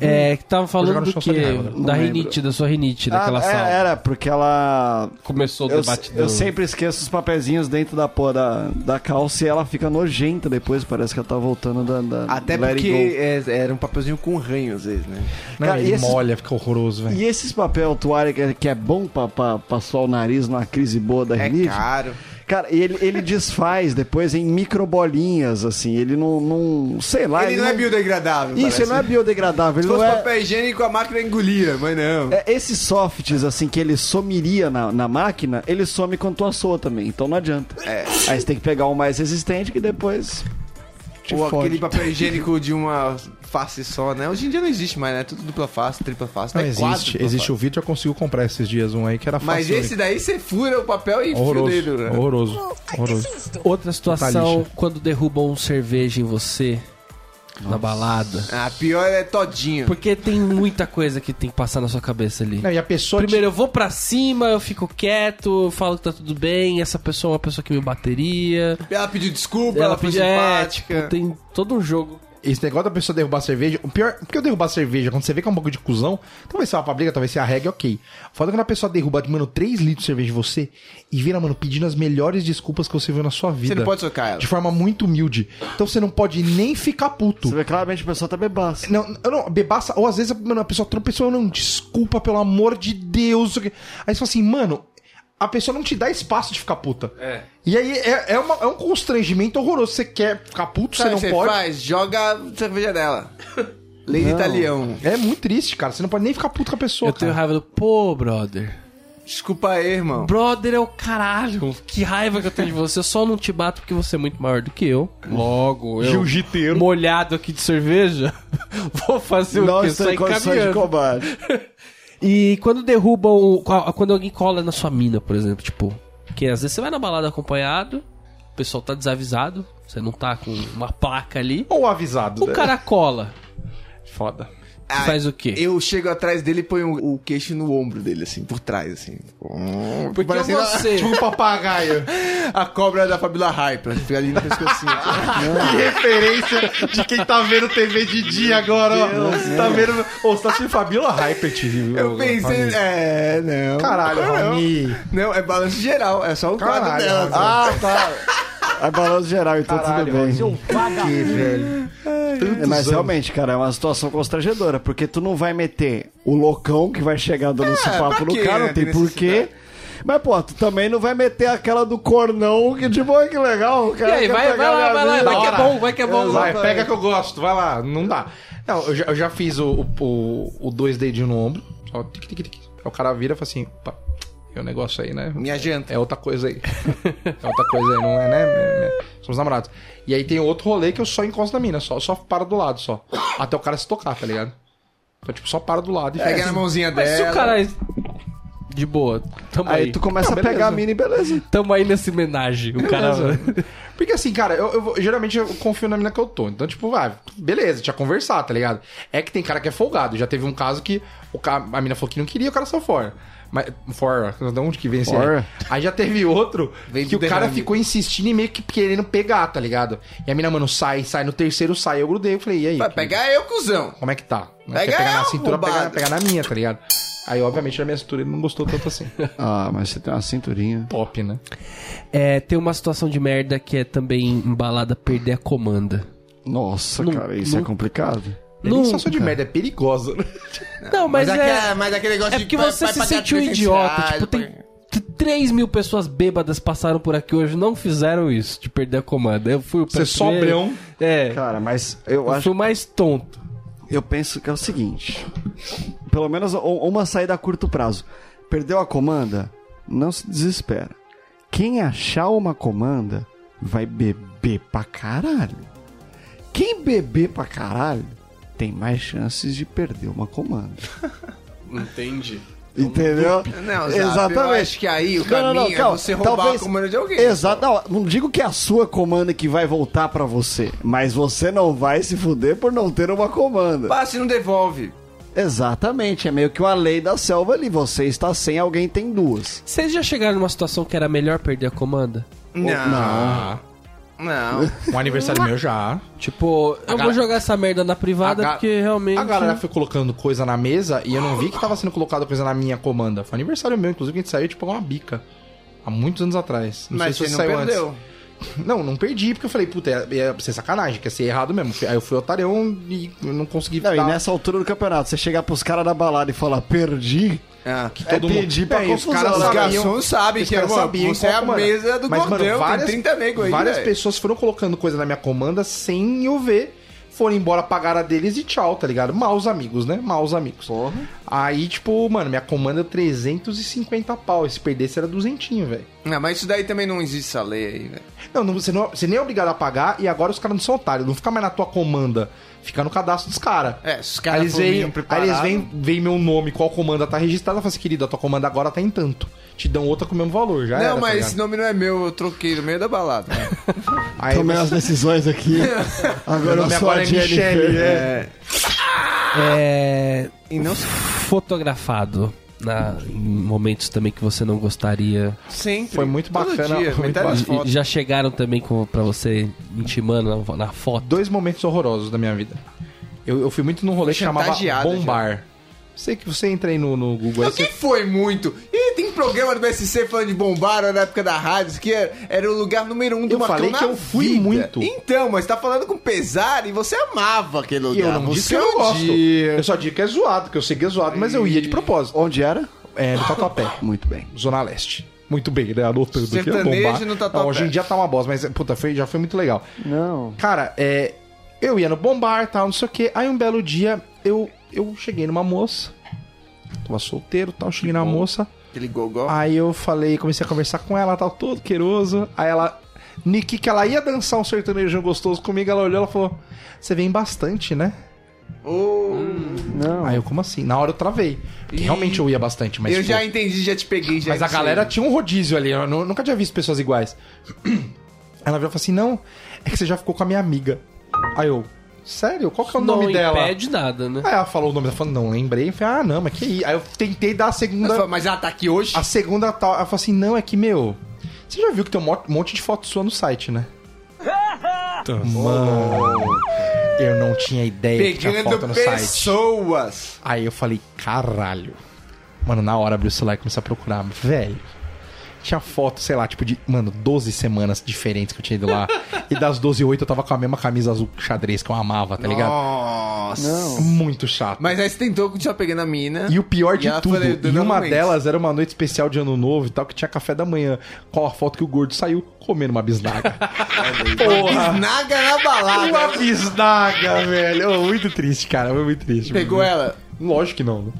É, que tava Vou jogar falando no do chão que? só de raiva, Da rinite, da sua rinite, né? daquela é, sala. era, porque ela. Começou o Eu, debate eu do- sempre esqueço os papezinhos dentro da porra da, da calça e ela fica nojenta depois, parece que ela tá voltando da. da Até do Let It porque Go. é, era um papelzinho com ranho, às vezes, né? Não, Cara, ele e esses- molha, fica horroroso, velho. E esses papel toalha que é, que é bom pra, pra passar o nariz numa crise boa da É rinite? caro. Cara, ele, ele desfaz depois em microbolinhas, assim. Ele não, não. Sei lá. Ele, não, é biodegradável. Isso, ele não é biodegradável. Se Ele não fosse é... papel higiênico, a máquina engolia, mas não. É, esses softs, assim, que ele somiria na, na máquina, ele some quando tu assoa também. Então não adianta. É. Aí você tem que pegar um mais resistente que depois. Te Ou fode. aquele papel higiênico de uma face só, né? Hoje em dia não existe mais, né? Tudo dupla face, tripla face. Não né? Quatro existe. dupla Existe face. o vídeo, eu consigo comprar esses dias um aí que era fácil. Mas esse daí você fura o papel e enfia o horroroso, dedo, né? horroroso, horroroso. Outra situação, Tá, quando derrubam um cerveja em você na balada. A pior é todinho. Porque tem muita coisa que tem que passar na sua cabeça ali. Não, e a pessoa te- Primeiro eu vou pra cima, eu fico quieto, eu falo que tá tudo bem, essa pessoa é uma pessoa que me bateria. Ela pediu desculpa, Ela ela, foi pediu, é, simpática. tipo, tem todo um jogo. Esse negócio da pessoa derrubar a cerveja. O pior. Porque eu derrubar a cerveja, quando você vê que é um pouco de cuzão, talvez seja uma briga, talvez seja a regra, ok. Foda quando a pessoa derruba, mano, 3 litros de cerveja de você e vira, mano, pedindo as melhores desculpas que você viu na sua vida. Você não pode socar ela. De forma muito humilde. Então você não pode nem ficar puto. Você vê claramente a pessoa tá bebaça. Não, eu não, bebaça, ou às vezes mano, a pessoa tropeçou, não, desculpa, pelo amor de Deus. não sei o quê. Aí você fala assim, mano, a pessoa não te dá espaço de ficar puta. É. E aí é, é, uma- é um constrangimento horroroso. Você quer ficar puto, Sabe o que você não pode. faz? Joga a cerveja dela. Lei de italião. É muito triste, cara. Você não pode nem ficar puto com a pessoa. Eu tenho cara. raiva do, pô, brother. Desculpa aí, irmão. Brother é o caralho. Que raiva que eu tenho de você. Eu só não te bato porque você é muito maior do que eu. Logo, eu. Jiu-jiteiro. Molhado aqui de cerveja. Vou fazer o Não quê? estou em Sair condições de caminhando. combate. E quando derrubam. o- co- Quando alguém cola na sua mina, por exemplo, tipo. Porque às vezes você vai na balada acompanhado, o pessoal tá desavisado, você não tá com uma placa ali. Ou avisado. É O cara cola. Foda. Você faz o quê? Eu chego atrás dele e ponho o queixo no ombro dele, assim, por trás, assim. Porque Parecendo a- você. Tipo um papagaio. A cobra da Fabiola Hyper, fica ali no pescocinho. assim. que referência de quem tá vendo TV de dia agora, ó. tá vendo. Ô, você tá assistindo Fabiola Hyper, TV, viu? Eu pensei, Família. é, não. Caralho, não. Rami. Não, é balanço geral, é só o quadro Caralho, dela. assim. Rami. Ah, tá. É balanço geral, então Caralho, é um tudo bem. mas um eu- Que, velho. É, Mas realmente, cara, é uma situação constrangedora, porque tu não vai meter o loucão que vai chegar dando É, esse papo pra no quê, cara, né? não tem Tem porquê. Mas, pô, tu também não vai meter aquela do cornão, que de boa, que legal. O E cara aí, quer vai, vai pegar lá, minha vai lá, mina. vai que é Bora. bom, vai que é bom. Vai, pega que eu gosto, vai lá, não dá. Não, eu já, eu já fiz o, o, o- o dois dedinhos no ombro. Só tic, tic, tic. Aí O cara vira e fala assim: opa, tem um negócio aí, né? Minha janta. É outra coisa aí. É outra coisa aí, não é, né? Minha- minha- Somos namorados. E aí tem outro rolê que eu só encosto na mina, só, só paro do lado, só. Até o cara se tocar, tá ligado? Então, tipo, só paro do lado e Pega fica na assim. mãozinha Mas se dela. o cara. é De boa, tamo aí. Aí tu começa Não, a pegar beleza. a mina e beleza. Tamo aí nesse homenagem. O cara. Porque assim, cara, eu, eu vou- geralmente eu confio na mina que eu tô. Então, tipo, vai, beleza, tinha que conversar, tá ligado? É que tem cara que é folgado. Já teve um caso que o ca- a mina falou que não queria, o cara saiu fora. Mas, fora, de onde que vem esse Fora. aí? Aí já teve outro Vem que o do cara derrame. ficou insistindo e meio que querendo pegar, tá ligado? E a mina, mano, sai, sai, no terceiro sai. Eu grudei, eu falei, e aí? Vai que- pegar eu, cuzão. Como é que tá? Não Pega quer pegar na ela, cintura, pegar, arrombado. pegar na minha, tá ligado? Aí, obviamente, na minha cintura ele não gostou tanto assim. Ah, mas você tem uma cinturinha. Top, né? É, tem uma situação de merda que é também embalada perder a comanda. Nossa, cara, isso é complicado. Não, Não, sensação de merda, é perigosa, né? Não, mas, é. aquela- mas aquele negócio É porque você se sentiu um idiota. Tipo, tem 3 mil pessoas bêbadas passaram por aqui hoje, não fizeram isso, de perder a comanda. Eu fui o Você um? primeiro. sobrão. É. Cara, mas eu Eu acho. fui o mais tonto. Eu penso que é o seguinte: pelo menos u- uma saída a curto prazo. Perdeu a comanda? Não se desespera. Quem achar uma comanda vai beber pra caralho. Quem beber pra caralho tem mais chances de perder uma comanda. Entendi. Entendeu? Não, Zap, eu acho que aí o caminho é você roubar a comanda de alguém. Exato. Não, não digo que é a sua comanda que vai voltar pra você, mas você não vai se fuder por não ter uma comanda. Passe e não devolve. Exatamente, é meio que uma lei da selva ali. Você está sem, alguém tem duas. Vocês já chegaram numa situação que era melhor perder a comanda? Não. Ah. Não. Um aniversário meu já. Tipo, eu vou ga- jogar essa merda na privada A ga- porque realmente. A galera foi colocando coisa na mesa e eu não vi que tava sendo colocada coisa na minha comanda. Foi aniversário meu, inclusive, que a gente saiu tipo uma bica. Há muitos anos atrás. Não Mas sei você se não saiu perdeu. antes. Não, não perdi, porque eu falei, puta, ia, ia ser sacanagem, que ia ser errado mesmo. Aí eu fui otarão e não consegui Não, e dar- nessa altura do campeonato, você chegar pros caras da balada e falar, perdi, Ah, que é todo mundo- pedir pra É, e os confusão. caras né? os sabiam- garçons sabem Os que caras irmão, sabiam você é a qual comanda. mesa do Mas, mano, cordão, várias- tem 30 nego aí. Várias velho. pessoas foram colocando coisa na minha comanda sem eu ver. Foram embora, pagaram a deles e tchau, tá ligado? Maus amigos, né? Maus amigos. Aí, tipo, mano, minha comanda é 350 pau. E se perdesse era duzentinho, velho. Não, mas isso daí também não existe essa lei aí, velho. Não, não, você não, você nem é obrigado a pagar e agora os caras não são otários. Não fica mais na tua comanda. Fica no cadastro dos caras. É, os Aí caras eles foram veem, meio aí preparados. eles veem, veem meu nome, qual comanda tá registrada. Fala assim, querido, a tua comanda agora tá em tanto. Te dão outra com o mesmo valor, já Não, era, tá mas ligado? esse nome não é meu, eu troquei no meio da balada. Aí Tomei as você- decisões aqui. Meu Agora eu nome sou agora a é Jennifer. Michele, é. É. E não Fotografado. na- em momentos também que você não gostaria. sempre. Foi muito Todo bacana, Dia, foi muito metade das E- fotos. e já chegaram também com, pra você intimando na, na foto. Dois momentos horrorosos da minha vida. Eu, eu fui muito num rolê que Foi chamava chantageada, Bombar. Sei que você entra aí no, no Google. aí Não, você- que foi muito? Ih, tem programa do BSC falando de bombar na época da rádio, isso que era, era o lugar número um do Eu Marcão falei na que eu fui vida. muito. Então, mas tá falando com pesar e você amava aquele E lugar. eu não você disse que eu não é um gosto. odia. Eu só digo que é zoado, que eu sei que é zoado, mas eu ia de propósito. Onde era? É, no Tatuapé, Muito bem. Zona Leste. Muito bem, né? Anotando aqui, é Sertanejo bombar. no Tatuapé. Não, hoje em dia tá uma bosta, mas puta, foi, já foi muito legal. Não. Cara, é, eu ia no bombar e tal, não sei o que. Aí um belo dia eu, eu cheguei numa moça. Tava solteiro e tal, cheguei na moça. Aquele gogó. Aí eu falei, comecei a conversar com ela, tal, todo queiroso. Aí ela. Niki, que ela ia dançar um sertanejo gostoso comigo, ela olhou ela falou: Você vem bastante, né? Ô, Não. Aí eu, como assim? Na hora eu travei. Porque Ih. realmente eu ia bastante, mas. eu tipo, já entendi, já te peguei. Já mas a sei. galera tinha um rodízio ali, eu nu- nunca tinha visto pessoas iguais. Ela virou e falou assim: Não, é que você já ficou com a minha amiga. Aí eu, sério? Qual que é o não nome dela? impede nada, né? Aí ela falou o nome dela, falou, não lembrei. Eu falei, ah, não, mas que isso? Aí eu tentei dar a Mas, segunda. fala, mas ela tá aqui hoje? A segunda tal. Ela falou assim: não, é que, meu. Você já viu que tem um mo- monte de foto sua no site, né? Mano. Eu não tinha ideia que tinha foto Pegando no site. pessoas. Aí eu falei, caralho. Mano, na hora abri o celular e comecei a procurar. Velho. Tinha foto, sei lá, tipo de, mano, 12 semanas diferentes que eu tinha ido lá. e das 12, 8 eu tava com a mesma camisa azul xadrez que eu amava, tá ligado? Nossa. Muito chato. Mas aí você tentou continuar pegando a mina. E o pior de E ela tudo, falou, em "Dona uma Mendes." delas era uma noite especial de ano novo e tal, que tinha café da manhã. Qual a foto que o gordo saiu comendo uma bisnaga? Porra! Naga na Uma balada. bisnaga, velho! Ô, muito triste, cara. Foi muito triste. Uhum. Pegou ela. Lógico que não. né?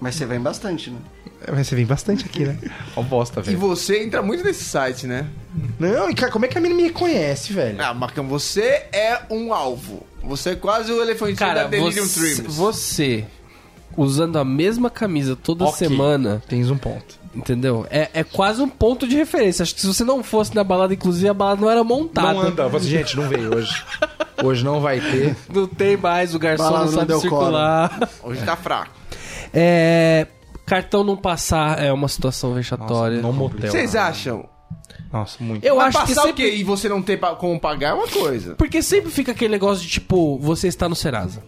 Mas você vem bastante, né? É, Mas você vem bastante aqui, né? Ó, bosta, E velho. você entra muito nesse site, né? Não, e cara, como é que a menina me reconhece, velho? Ah, Marcão, você é um alvo. Você é quase o elefantinho Cara, da Delirium você, Dreams. você usando a mesma camisa toda Ok. semana, Tens um ponto. entendeu? É, é quase um ponto de referência. Acho que se você não fosse na balada, inclusive, a balada não era montada. Não anda. Eu falei assim, gente, não veio hoje. Hoje não vai ter. Não tem mais, o garçom Balada não não sabe deu circular. Hoje tá fraco. É, cartão não passar é uma situação vexatória. Não motel. Vocês não. acham? Nossa, muito. Eu Vai acho que passar sempre... o quê? E você não ter pa- como pagar é uma coisa. Porque sempre fica aquele negócio de tipo, você está no Serasa.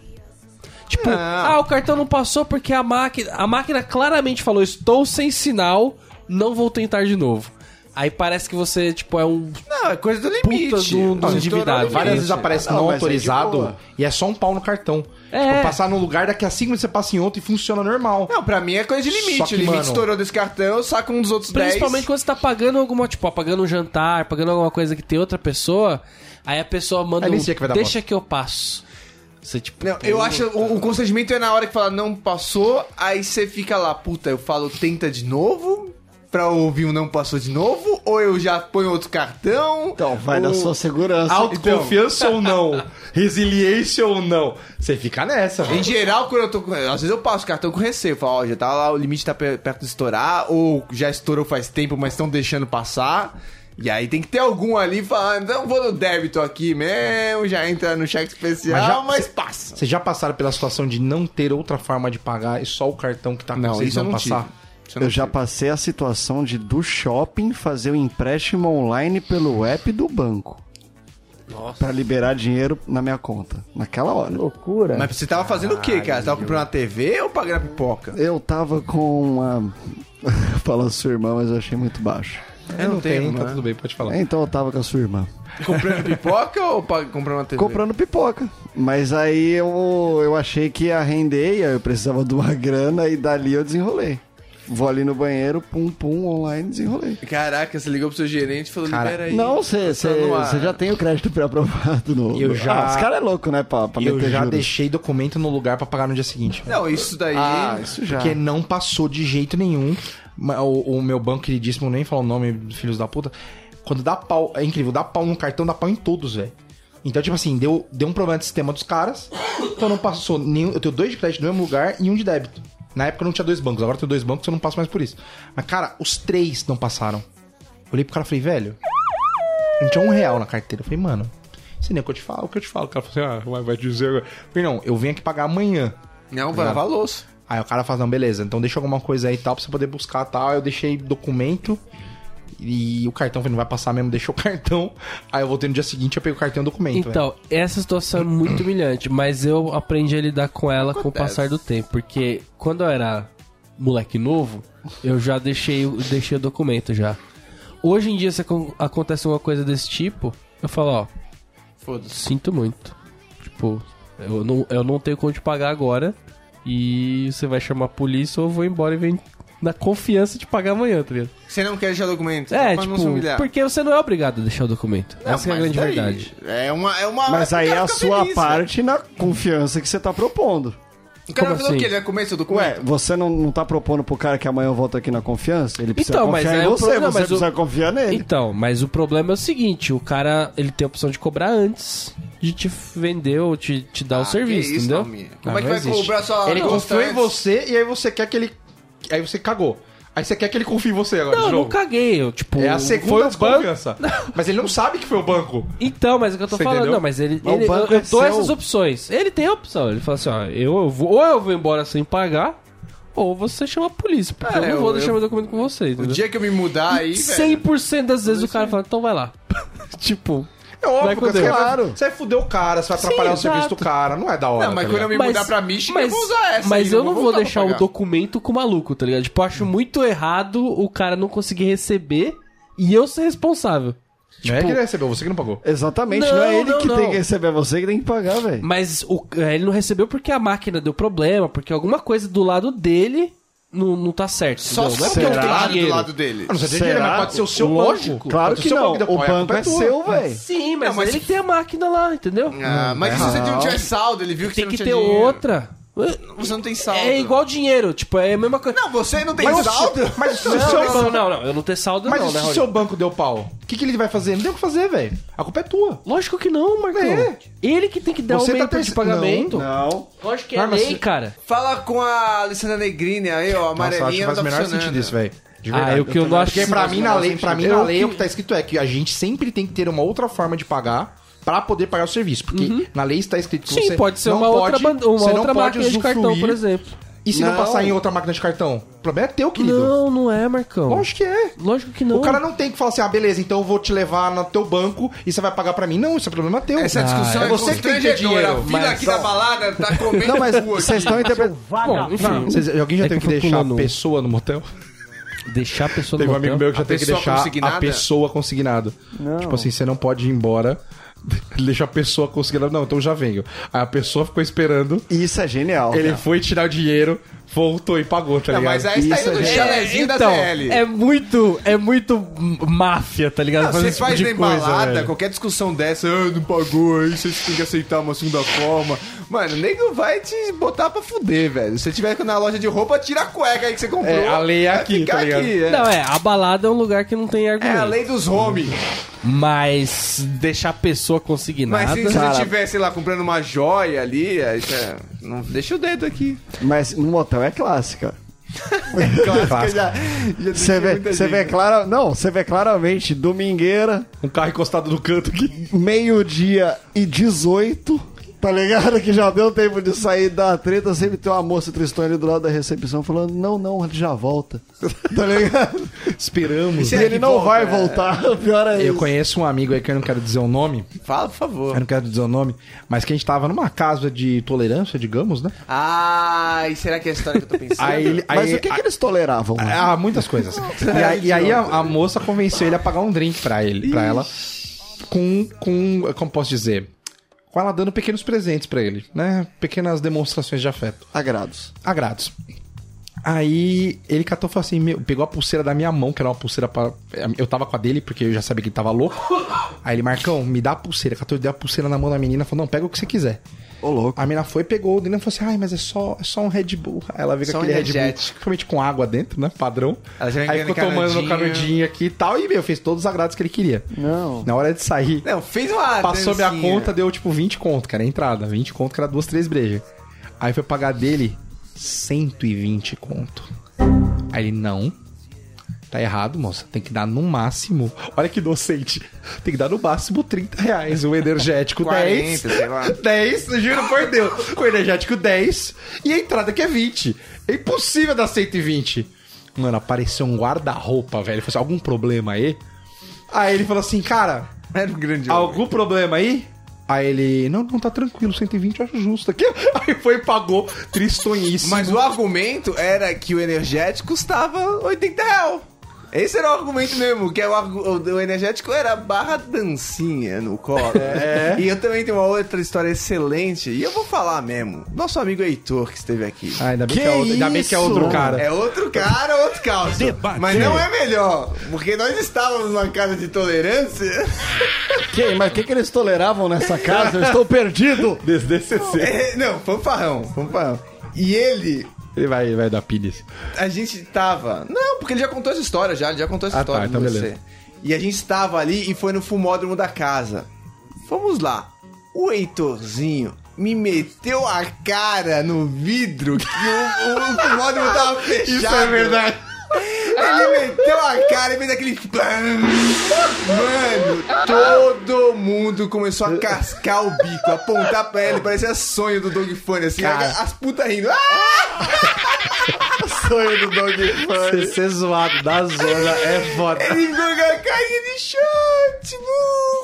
Tipo, Não. ah, o cartão não passou porque a máquina. A máquina claramente falou, estou sem sinal, não vou tentar de novo. Aí parece que você, tipo, é um. Não, é coisa do Puta limite. do- do Não, endividado. estourou o Várias limite. vezes aparece Ah, não, não, mas é de autorizado boa. e é só um pau no cartão. É. Tipo, passar num lugar, daqui a cinco minutos você passa em outro e funciona normal. Não, pra mim é coisa de limite. Só que, o limite mano- estourou desse cartão, eu saco um dos outros 10. Principalmente quando você tá pagando alguma, tipo, ó, pagando um jantar, pagando alguma coisa que tem outra pessoa, aí a pessoa manda Aí um, nesse dia É que vai dar deixa que eu passo. Você, tipo, Não, eu acho o, o constrangimento é na hora que fala não passou, aí você fica lá, puta, eu falo tenta de novo pra ouvir o não passou de novo, ou eu já ponho outro cartão. Então, vai da ou- sua segurança. Então, Autoconfiança ou não? Resiliência ou não? Você fica nessa, Em velho. geral, quando eu tô com. Às vezes eu passo o cartão com receio. Falo, ó, já tá lá, o limite tá pe- perto de estourar, ou já estourou faz tempo, mas estão deixando passar. E aí tem que ter algum ali falando, então vou no débito aqui mesmo, já entra no cheque especial, mas, Mas já- passa. Vocês já passaram pela situação de não ter outra forma de pagar e só o cartão que tá com Não, vocês isso eu não não passar? tive. Isso eu Eu não já tive. passei a situação de do shopping fazer o empréstimo online pelo app do banco. Nossa. Pra liberar dinheiro na minha conta. Naquela hora. Loucura. Mas você tava fazendo o quê, cara? Você tava comprando uma TV ou pagando a pipoca? Eu tava com uma. Fala sua irmã, mas eu achei muito baixo. Eu não, tenho, tá né? mano. tudo bem, pode falar. Então eu tava com a sua irmã. Comprando pipoca ou pa- comprando uma TV? Comprando pipoca. Mas aí eu, eu achei que ia render, e aí eu precisava de uma grana e dali eu desenrolei. Vou ali no banheiro, pum pum, online, desenrolei. Caraca, você ligou pro seu gerente e falou, Cara, libera aí. Não, você no ar. já tem o crédito pré-aprovado no. tá Eu já- Ah, esse cara é louco, né? Pra, pra Eu meter já juros. deixei documento no lugar pra pagar no dia seguinte. Não, isso daí... Ah, isso já. Porque não passou de jeito nenhum. Ma- O, o meu banco queridíssimo, nem falar o nome, filhos da puta. Quando dá pau, é incrível, dá pau no cartão, dá pau em todos, velho. Então, tipo assim, deu, deu um problema de sistema dos caras. Então não passou nenhum. Eu tenho dois de crédito no mesmo lugar e um de débito. Na época eu não tinha dois bancos, agora eu tenho dois bancos eu não passo mais por isso. Mas, cara, os três não passaram. Olhei pro cara e falei, velho. Não tinha um real na carteira. Eu falei, mano, você nem é o que eu te falo, o que eu te falo. O cara falou assim, ah, vai- vai dizer agora. Eu falei, não, eu vim aqui pagar amanhã. Não, vai lavar louça. Aí o cara fala, não, beleza, então deixa alguma coisa aí e tal pra você poder buscar e tal. Eu deixei documento e o cartão, eu falei, não vai passar mesmo, deixou o cartão. Aí eu voltei no dia seguinte, eu peguei o cartão e o documento, velho. Então, essa situação é muito humilhante, mas eu aprendi a lidar com ela com o passar do tempo. Porque quando eu era moleque novo, eu já deixei, o- deixei o documento já. Hoje em dia, se acon- acontece uma coisa desse tipo, eu falo, ó, Foda-se. sinto muito. Tipo, eu não, eu não tenho como te pagar agora. E você vai chamar a polícia ou eu vou embora e vem na confiança de pagar amanhã, tá ligado? Você não quer deixar documento? É, só pra tipo, não se humilhar. porque você não é obrigado a deixar o documento. Não, Essa que é a mas grande daí, verdade. É uma... É uma Mas aí é a Fica sua feliz, né? parte na confiança que você tá propondo. velho. O cara Como vai fazer o assim? quê? Ele vai comer seu documento? Ué, você não, não tá propondo pro cara que amanhã eu volto aqui na confiança? Ele precisa Então, mas aí confiar em é o você, problema, você mas o- precisa confiar nele. Então, mas o problema é o seguinte, o cara, ele tem a opção de cobrar antes de te vender ou te, te dar o Ah, que serviço, isso, entendeu? Almir. Ah, Como é que não vai existe. cobrar sua ele confiou em constante? você e aí você quer que ele. Aí você cagou. Aí você quer que ele confie em você agora, Não, de eu não novo. caguei, eu, tipo... É a foi segunda o banco. desconfiança. Mas ele não sabe que foi o banco. Então, mas é o que eu tô Você falando, entendeu? não, mas ele, Mas o ele- eu, banco eu é dou seu. essas opções. Ele tem a opção, ele fala assim, ó, eu, eu vou, ou eu vou embora sem pagar, ou você chama a polícia, porque É, eu não eu- vou deixar eu- meu documento com você, O entendeu? dia que eu me mudar aí, velho... 100% das vezes o cara fala, então vai lá. tipo, É óbvio, com que você, Deus. vai, você vai fuder o cara, você vai atrapalhar o Sim, serviço exato. do cara. Não é da hora. Não, mas tá quando eu ligado? me mudar pra Michigan, eu vou usar essa. Mas aí, eu não vou voltar pra deixar o pagar. documento com o maluco, tá ligado? Tipo, eu acho muito errado o cara não conseguir receber e eu ser responsável. Tipo, Não é que ele recebeu, você que não pagou. Exatamente, não, é Não, ele não, que não. tem que receber, é você que tem que pagar, velho. Mas o- é, ele não recebeu porque a máquina deu problema, porque alguma coisa do lado dele não, não tá certo. Só entendeu? se não porque eu eu tenho trabalho do dinheiro. lado dele. Eu não sei se é Será? dele, mas pode ser o seu banco. Claro Pode ser que o seu não, banco deu o pau, a banco culpa é tua. seu, velho. Sim, mas, Não, mas ele tem a máquina lá, entendeu? Ah, mas e se você não tiver saldo, ele viu que tem você que não ter tinha dinheiro. outra. Você não tem saldo. É igual dinheiro, tipo, é a mesma coisa. Não, você não tem Mas o saldo. seu- Mas se o Não, seu não, não, não, eu não ter saldo Mas não, e né, se o Rony? seu banco deu pau? O que, que ele vai fazer? Não tem o que fazer, velho. A culpa é tua. Lógico que não, Marcão. É. Ele que tem que dar o Você tá aumento de terce- pagamento. Não. Lógico que é Não, mas lei, se- cara. Fala com a Alessandra Negrini aí, ó. a Amarelinha faz o não tá menor sentido funcionando. isso, velho. De Ah, verdade. eu que eu não acho Porque que pra mim, na lei, pra mim, na Eu lei, que- o que tá escrito é que a gente sempre tem que ter uma outra forma de pagar pra poder pagar o serviço. Porque na lei está escrito que Uhum. Sim, você pode ser não uma outra, pode- ban- você uma não outra pode máquina de cartão, usufruir. por exemplo. E se não. Não. passar em outra máquina de cartão? O problema é teu, querido. Não, não é, Marcão. Lógico que é. Lógico que não. O cara não tem que falar assim, ah, beleza, então eu vou te levar no teu banco e você vai pagar pra mim. Não, isso é problema teu. Essa discussão Ah, é, é você que tem que ter constrangedora. dinheiro, A fila mas- aqui da balada tá comendo Não, mas cu aqui. vocês estão interpretando. Bom, enfim, Vocês- alguém já É teve que que eu tô deixar a pulando. pessoa no motel? deixar a pessoa Teve no um amigo meu que já A teve que pessoa deixar consignada? a pessoa consignada. Tipo assim, você não pode ir embora. Deixa a pessoa consignada. Não, então já venho. Aí a pessoa ficou esperando. Isso é genial. Ele foi tirar o dinheiro, voltou e pagou, tá Não, ligado? é mas aí está Isso, indo no gente. chalezinho da então, CL. é muito, é muito máfia, tá ligado? Não, Fazer você esse tipo faz de na coisa, embalada, é. velho. qualquer discussão dessa, ah, não pagou aí, vocês têm que aceitar uma segunda forma. Mano, o nego vai te botar pra fuder, velho. Se você tiver na loja de roupa, tira a cueca aí que você comprou. É, a lei é vai aqui, ficar tá ligado? aqui, é. Não, é, a balada é um lugar que não tem é argumento. a lei dos homens. Mas deixar a pessoa Mas consignada... se você Cara. estiver, sei lá, comprando uma joia ali, aí já- não, deixa o dedo aqui. Mas no motel é clássica. Clássica, já, já Você vê, você vê clara, não, você vê claramente domingueira, Um carro encostado no canto aqui. meio-dia e 18. Tá ligado? Que já deu tempo de sair da treta, sempre tem uma moça tristona ali do lado da recepção falando, não, não, ele já volta. Tá ligado? Esperamos. e é ele que não volta, vai é. voltar, o pior é Eu isso. conheço um amigo aí que eu não quero dizer o nome. Fala, por favor. Eu não quero dizer o nome, mas que a gente tava numa casa de tolerância, digamos, né? Ai, será que é a história que eu tô pensando? Aí, ele- aí, Mas o que, que eles toleravam? mano? Ah, muitas coisas. E aí, e aí a, a moça convenceu ele a pagar um drink pra ele, para ela, com com como posso dizer, com ela dando pequenos presentes pra ele, né? Pequenas demonstrações de afeto, Agrados. agrados. Aí ele catou e falou assim: meu, pegou a pulseira da minha mão, que era uma pulseira para. Eu tava com a dele, porque eu já sabia que ele tava louco. Aí ele, Marcão, me dá a pulseira. Catou e deu a pulseira na mão da menina, falou: não, pega o que você quiser. Ô, louco. A mina foi, pegou o drink e falou assim: ai, mas é só, é só um Red Bull. Aí ela veio Só com um aquele Red Bull, energético. principalmente com água dentro, né? Padrão. Ela já Aí vem ficou com aquele tomando no canudinho. canudinho aqui e tal. E, meu, fez todos os agrados que ele queria. Não. Na hora de sair, Não, fez uma. passou minha É dancinha. conta, deu tipo 20 conto, cara. Entrada, 20 conto, que era duas, três brejas. Aí foi pagar dele 120 conto. Aí ele, não. Tá errado, moça. Tem que dar no máximo. Olha que inocente. Tem que dar no máximo 30 reais. O energético 10. 40, sei lá. 10, juro por Deus. Com energético 10 e a entrada que é 20. É impossível dar 120. Mano, apareceu um guarda-roupa, velho. Falei assim, algum problema aí? Aí ele falou assim, cara, Era um grande homem. algum problema aí? Aí ele, não, não, tá tranquilo, 120 eu acho justo aqui. Aí foi e pagou, tristonhíssimo. Mas o argumento era que o energético custava 80 real. Esse era o argumento mesmo, que é o, argu- o, o energético era barra dancinha no colo. É. E eu também tenho uma outra história excelente, e eu vou falar mesmo. Nosso amigo Heitor que esteve aqui. Ah, ainda bem que, Que é outro, ainda bem que é isso? outro cara. É outro cara, outro caos. Mas não é melhor, porque nós estávamos numa casa de tolerância. Que, mas o que, que eles toleravam nessa casa? Eu estou perdido! Desdcc. É, não, fanfarrão, fanfarrão. E ele, Ele vai, vai dar pilhas. a gente tava. Não, porque ele já contou essa história, já, ele já contou essa Ah, tá, história pra então você. beleza. E a gente tava ali e foi no fumódromo da casa. Vamos lá. O Heitorzinho me meteu a cara no vidro que o, o fumódromo tava fechado. Isso é verdade. Ele meteu a cara e fez aquele. bam. Mano, todo mundo começou a cascar o bico, a apontar pra ele, parecia sonho do Dog Funny, assim, Cara. as putas rindo. Ah! Sonho do Dog Fun. Ser zoado da zona é foda. Ele ficou com a carinha de shot,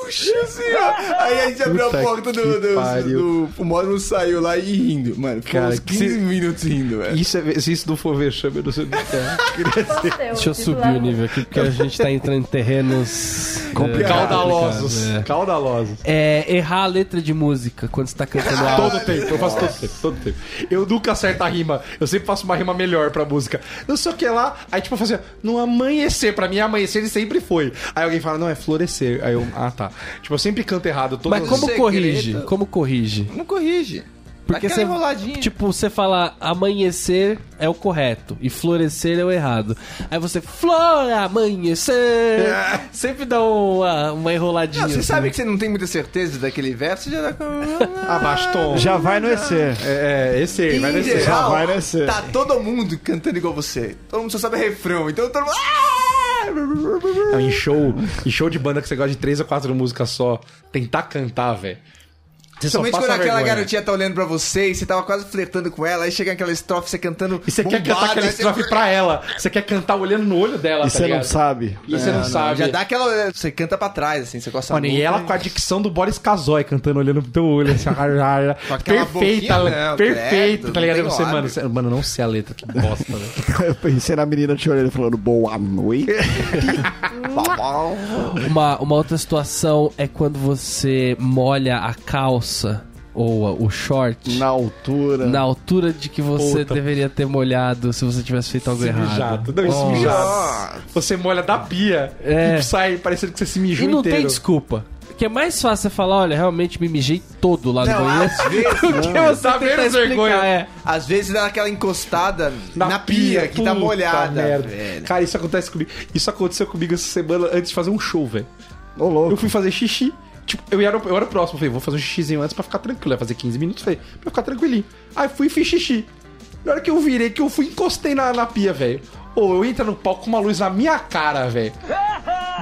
murcho, assim, ó. Aí a gente abriu Puta a porta do, que do, pariu. do, O módulo saiu lá e rindo, mano. Ficou Cara, uns que 15 se- minutos rindo, velho. Isso é, se isso não for vexame, eu não sei o que é. Deixa eu subir o nível aqui, porque a gente tá entrando em terrenos... é, Complicado. É, Caudalosos. Caudalosos. É, errar a letra de música quando você tá cantando algo. Todo tempo, eu faço todo tempo, todo tempo. Eu nunca acerto a rima, eu sempre faço uma rima melhor pra música. Não sei o que lá, aí tipo eu fazia, no amanhecer, pra mim amanhecer ele sempre foi. Aí alguém fala, não, é florescer. Aí eu, ah tá. Tipo, eu sempre canto errado. Todas Mas as- como Segredo. tá? corrige? Como corrige? Não corrige. Porque Daquela você- enroladinha. Tipo, você fala amanhecer é o correto e florescer é o errado. Aí você, flora, amanhecer. Sempre dá uma, uma enroladinha. Não, você assim. né? sabe que você não tem muita certeza daquele verso, você já dá com... Abaixa o tom. Já vai no EC. É, é, esse aí, vai em nesse. geral, Já vai nesse. tá todo mundo cantando igual você. Todo mundo só sabe refrão, então todo mundo... Ah! Não, em show, em show de banda que você gosta de três ou quatro músicas só, tentar cantar, velho. Você só Somente passa quando aquela vergonha. garotinha tá olhando pra você e você tava quase flertando com ela, aí chega aquela estrofe, você cantando. E você quer bombada, cantar aquela aí você- estrofe pra ela. Você quer cantar olhando no olho dela, E tá você não ligado? sabe. né? E você não sabe. Já dá aquela. Você canta pra trás, assim, você gosta Mano, e ela com a dicção do Boris Casoy cantando, olhando pro teu olho, assim, arara. Com aquela perfeita, boquinha, não, perfeito, credo, tá ligado? não Você, tem mano, lábio. você, mano, eu não sei a letra, que bosta, velho. Eu pensei na menina te olhando e falando boa noite. Tá Uma, uma outra situação é quando você molha a calça ou a- o short Na altura. na altura de que você Puta. deveria ter molhado se você tivesse feito algo Se errado. mijado. Não, isso mijado. Você molha da pia É. e sai parecendo que você se mijou E não inteiro. tem desculpa. Porque é mais fácil você falar, olha, realmente me mijei todo lá no banheiro. vezes. Que você Dá tentar menos explicar, vergonha. é. Às vezes dá aquela encostada na, pia, que tá puta molhada. merda. velho. Cara, isso acontece comigo. Isso aconteceu comigo essa semana antes de fazer um show, velho. Ô, louco. Eu fui fazer xixi. Tipo, eu era, eu era próximo, falei, vou fazer um xixizinho antes pra ficar tranquilo. Ia fazer 15 minutos, falei, pra ficar tranquilinho. Aí fui e fiz xixi. Na hora que eu virei, que eu fui encostei na, na pia, velho. Ou eu entro no palco com uma luz na minha cara, velho.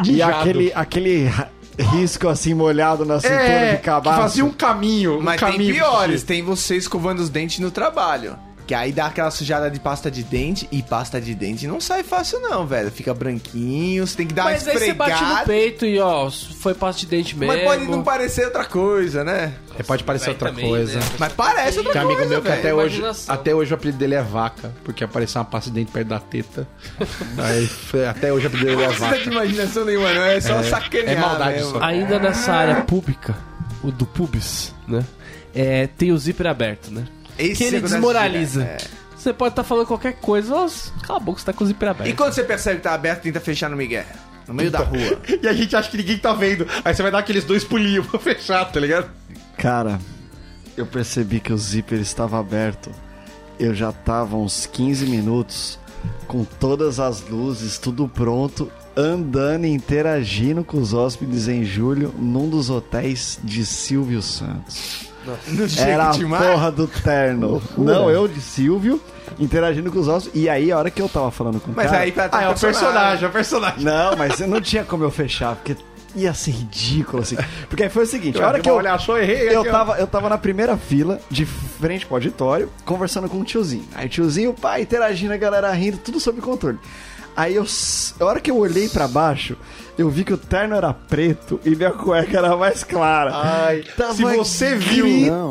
De E jato. aquele, aquele ra- risco assim molhado na cintura de cabaço. fazia um caminho, um Mas tem caminho. piores, tem você escovando os dentes no trabalho. Que aí dá aquela sujada de pasta de dente e pasta de dente não sai fácil, não, velho. Fica branquinho, você tem que dar Mas uma aí você bate no esfregada. peito e, ó, foi passo de dente mesmo. Mas pode não parecer outra coisa, né? É, pode parecer Vai outra também, coisa. né? Mas parece outra Tem um amigo coisa, meu que até velho. hoje, imaginação. até hoje o apelido dele é vaca, porque apareceu uma pasta de dente perto da teta. Aí foi- até hoje o apelido dele é Não precisa tá de vaca. imaginação nenhuma, não. É só sacanear. é maldade mesmo. só. Ainda nessa área pública, o do pubis, né? É, tem o zíper aberto, né? Esse que ele negócio desmoraliza. de- é. Você pode estar falando qualquer coisa, nossa, cala a boca, você tá com o zíper aberto. E quando você percebe que tá aberto, tenta fechar no Miguel. No meio Então, da rua. E a gente acha que ninguém tá vendo. Aí você vai dar aqueles dois pulinhos pra fechar, tá ligado? Cara, eu percebi que o zíper estava aberto. Eu já tava uns 15 minutos com todas as luzes, tudo pronto, andando e interagindo com os hóspedes em julho num dos hotéis de Silvio Santos. No Era a Jequitimá. porra do terno. Não, eu de Silvio, interagindo com os hóspedes. E aí, a hora que eu tava falando com o Mas cara... aí tá pra né? Ah, é o personagem, é o personagem. Não, mas não tinha como eu fechar, porque ia ser ridículo, assim. Porque aí foi o seguinte, a hora Uma que eu... olha, achou, errei. Eu aqui, ó. tava, eu tava na primeira fila, de frente pro auditório, conversando com o tiozinho. Aí o tiozinho, pai, interagindo, a galera rindo, tudo sob controle. Aí eu, s- a hora que eu olhei pra baixo, eu vi que o terno era preto e minha cueca era mais clara. Ai, se você viu-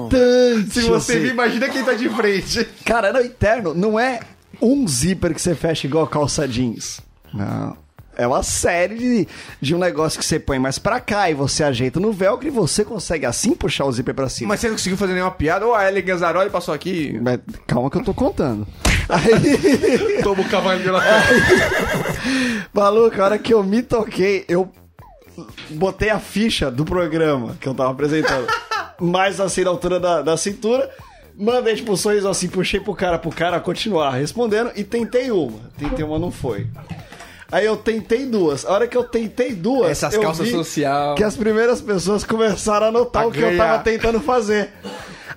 gritante, Se você assim. vir, imagina quem tá de frente. Cara, não, e terno não é um zíper que você fecha igual calça jeans. Não. É uma série de, de um negócio que você põe mais pra cá e você ajeita no velcro e você consegue assim puxar o zíper pra cima. Mas você não conseguiu fazer nenhuma piada? Ou a Ellen Gazzaroli passou aqui? Mas calma que eu tô contando. Aí, Toma o cavalinho É, na frente. maluco, a hora que eu me toquei, eu botei a ficha do programa que eu tava apresentando. Mais assim na altura da, da cintura. Mandei tipo um sorriso assim, puxei pro cara, pro cara continuar respondendo e tentei uma. Tentei uma, não foi. Aí eu tentei duas. A hora que eu tentei duas. Essas eu calças vi social. Que as primeiras pessoas começaram a notar A o que eu ganhar. tava tentando fazer.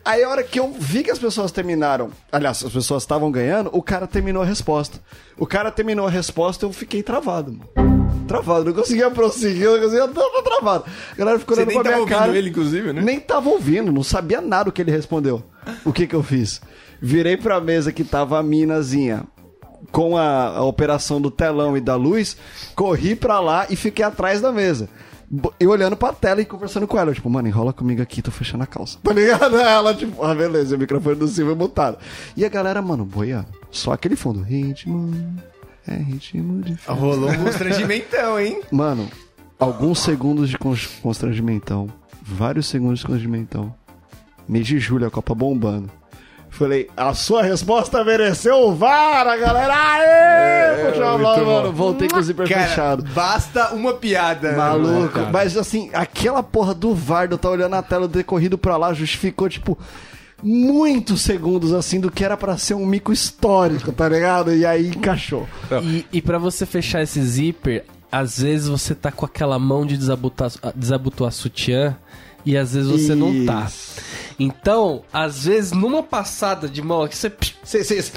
Aí a hora que eu vi que as pessoas terminaram, aliás, as pessoas estavam ganhando, o cara terminou a resposta. O cara terminou a resposta, eu fiquei travado, mano. Travado, não conseguia prosseguir, eu não conseguia, eu tava travado. A galera ficou Você olhando nem pra tava minha ouvindo cara. ele, inclusive, né? Nem tava ouvindo, não sabia nada o que ele respondeu. O que que eu fiz? Virei pra mesa que tava a minazinha com a, a operação do telão e da luz, corri pra lá e fiquei atrás da mesa. Bo- E olhando pra tela e conversando com ela. Eu, tipo, mano, enrola comigo aqui, tô fechando a calça. Tá ligado? Ela, tipo, ah, beleza, o microfone do Silvio é mutado. E a galera, mano, boiando. Só aquele fundo. Ritmo, é ritmo de festa. Rolou um constrangimentão, hein? Mano, alguns segundos de cons- constrangimentão. Vários segundos de constrangimentão. Mês de julho, a Copa bombando. Falei, a sua resposta mereceu o VAR, galera! Aê! Puxa a bola, mano. É, Voltei com o zíper Cara, fechado. basta uma piada. Maluco. Mas assim, aquela porra do VAR, de eu tá olhando a tela do decorrido pra lá, justificou, tipo, muitos segundos assim do que era pra ser um mico histórico, tá ligado? E aí encaixou. E, e para você fechar esse zíper, às vezes você tá com aquela mão de desabotar, desabotoar sutiã e às vezes você não tá. Então, às vezes, numa passada de mão aqui, você.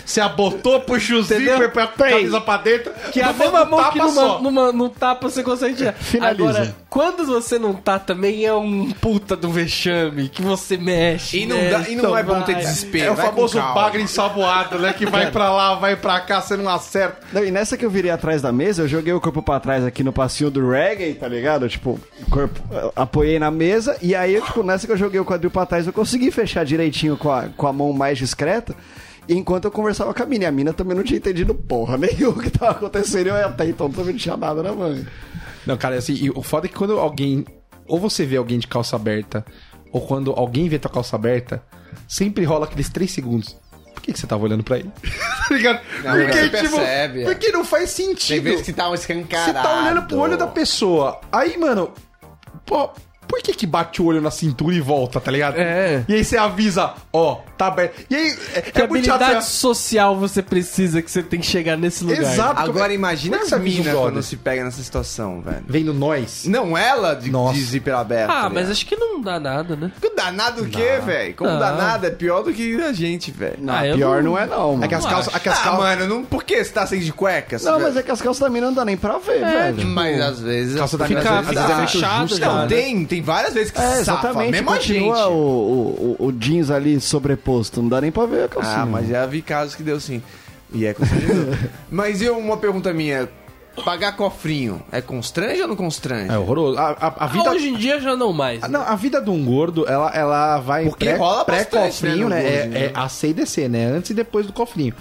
Você abotou, puxa o zíper, põe a camisa pra dentro. Que a Mas mesma não mão tapa que numa, só. numa, num tapa você consegue tirar. Finaliza. Agora, quando você não tá também é um puta do vexame que você mexe. E não, né? dá, e não é bom ter vai. desespero. É o vai com famoso calma. bagre ensaboado, né? Que vai pra lá, vai pra cá, você não acerta. Não, e nessa que eu virei atrás da mesa, eu joguei o corpo pra trás aqui no passinho do reggae, tá ligado? Tipo, o corpo, eu apoiei na mesa, e aí, tipo, nessa que eu joguei o quadril pra trás, eu consegui fechar direitinho com a, com a mão mais discreta, enquanto eu conversava com a mina. E a mina também não tinha entendido porra nenhuma o que tava acontecendo, eu até então também não tinha nada na manga. Não, cara, assim, e o foda é que quando alguém. Ou você vê alguém de calça aberta, ou quando alguém vê tua calça aberta, sempre rola aqueles três segundos. Por que, que você tava olhando pra ele? tá ligado? tipo, Não, você percebe, é. porque não faz Tem sentido. vezes que tá um Você escancarado. tá olhando pro olho da pessoa. Aí, mano, pô, por que que bate o olho na cintura e volta, tá ligado? É. E aí você avisa, ó, tá aberto. E aí, é, Que é muito chato. habilidade você- social você precisa que você tem que chegar nesse lugar? Exato. Agora Como é- imagina como é que essa você avisa um mina brother? quando se pega nessa situação, velho. Vendo nós. Não ela de, Nossa. de zíper aberto. Ah, né? mas acho que não dá nada, né? Que danado o quê, velho? Como Não. danado é pior do que a gente, velho. Não, Ah, eu pior não- não... é não, mano. É que as Não calças. acho. É que as ah, calças. mano, não, por que você tá sem de cueca? Não, mas é que as calças da mina não dá nem pra ver, velho. Mas às vezes... tá Calça da às vezes- Fica, às às vezes- fica é muito fechado justo, já, Não, né? tem, tem várias vezes que É, se safa, exatamente. mesmo a gente. continua O, o- o jeans ali sobreposto. Não dá nem pra ver a calcinha. Ah, mas já vi casos que deu sim. E é constrangedor. mas eu, uma pergunta minha. Pagar cofrinho é constrange ou não constrange? É horroroso. A, a- a vida. Hoje em dia já não mais. né? Ah, Não, a vida de um gordo, ela, ela vai Porque rola bastante, pré-cofrinho, né, né? no gordo, É, né? é a C e DC, né? Antes e depois do cofrinho.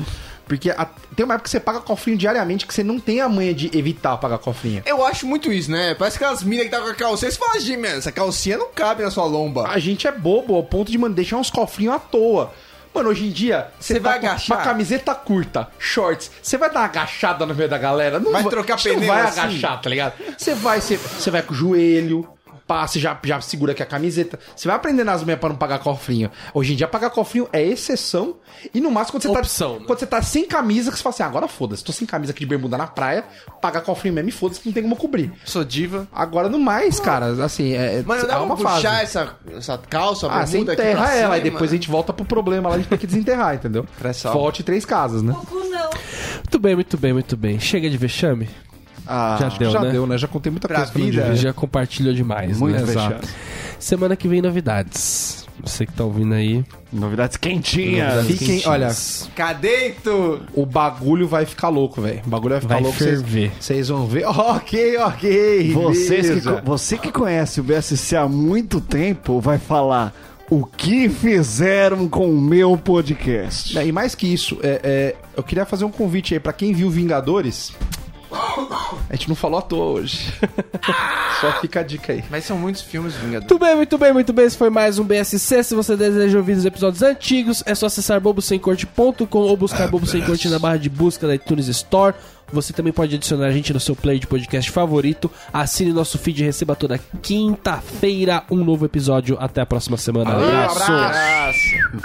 Porque a- tem uma época que você paga cofrinho diariamente que você não tem a manha de evitar pagar cofrinho. Eu acho muito isso, né? Parece que as minas que tá com a calcinha. Você fala, "Gi, mano, essa calcinha não cabe na sua lomba. A gente é bobo ao ponto de mano, deixar uns cofrinhos à toa. Mano, hoje em dia, tá Você vai com agachar? uma camiseta curta, shorts, você vai dar uma agachada no meio da galera? Não Vai trocar a gente pneu Não vai assim? agachar, tá ligado? Você vai, você, você vai com o joelho, pá, você já, já segura aqui a camiseta. Você vai aprendendo as manhas pra não pagar cofrinho. Hoje em dia, pagar cofrinho é exceção. E no máximo, quando você, Opção, tá, né? quando você tá sem camisa, que você fala assim, "Ah, agora foda-se, tô sem camisa aqui de bermuda na praia, pagar cofrinho mesmo e foda-se, que não tem como cobrir. Sou diva. Agora, no mais, cara, assim, é, Mano, é dá pra puxar essa, essa calça, a Ah, você bermuda aqui pra enterra ela cima? né? e depois a gente volta pro problema lá, a gente tem que desenterrar, entendeu? Pré-sal. Volte três casas, né? Muito bem, muito bem, muito bem. Chega de vexame? Ah, já deu, Já né? deu, né? Já contei muita Pra coisa falando vida. de Já compartilhou demais, Muito né? fechado. Exato. Semana que vem novidades. Você que tá ouvindo aí. novidades quentinhas. Fiquem, olha, Cadeito! o bagulho vai ficar louco, velho. O bagulho vai ficar Vai louco. vocês- ferver. Vocês vão ver. Ok, ok. Vocês que, beleza. co- você que conhece o BSC há muito tempo vai falar o que fizeram com o meu podcast. E mais que isso, é, é, eu queria fazer um convite aí pra quem viu Vingadores. A gente não falou à toa hoje. Só fica a dica aí. Mas são muitos filmes vingadores. Muito bem, muito bem, muito bem. Esse foi mais um BSC. Se você deseja ouvir os episódios antigos, é só acessar bobosemcorte.com ou buscar Bobo Sem Corte na barra de busca da iTunes Store. Você também pode adicionar a gente no seu player de podcast favorito. Assine nosso feed e receba toda quinta-feira um novo episódio. Até a próxima semana. Abraço.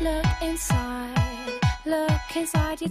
Look inside, look inside your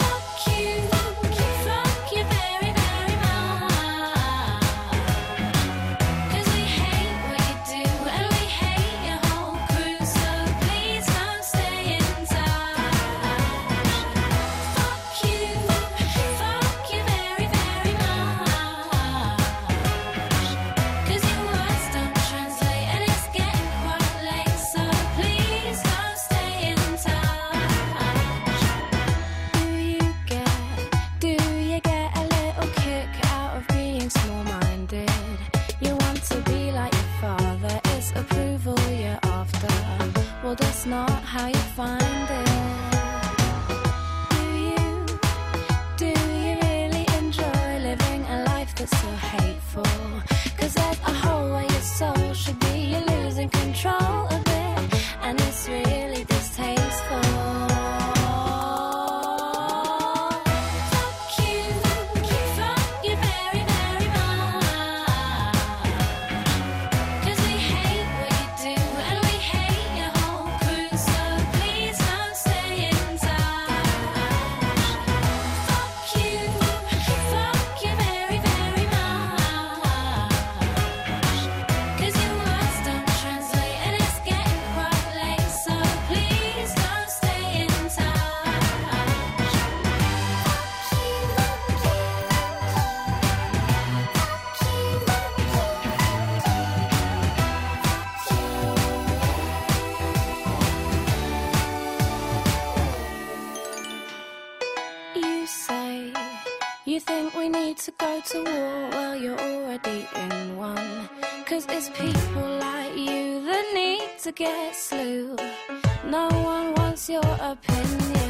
Fuck you, fuck you very, very much. 'Cause we hate what you do and we hate your whole crew, so please don't stay in touch. Fuck you, fuck you very, very much. 'Cause your words don't translate and it's getting quite late, so please don't stay in touch. Do you get, do you get a little kick out of being small-minded? You want to be like your father, it's approval you're after. Well, that's not how you find it. Do you? Do you really enjoy living a life that's so hateful? Cause there's a hole where your soul should be. You're losing control of it, and it's really distasteful. Fuck you, fuck you very, very much. Cause we hate what you do, and we hate your whole crew, so please don't stay in touch. Fuck you, fuck you very, very much. go to war while you're already in one. Cause it's people like you that need to get slew. No one wants your opinion.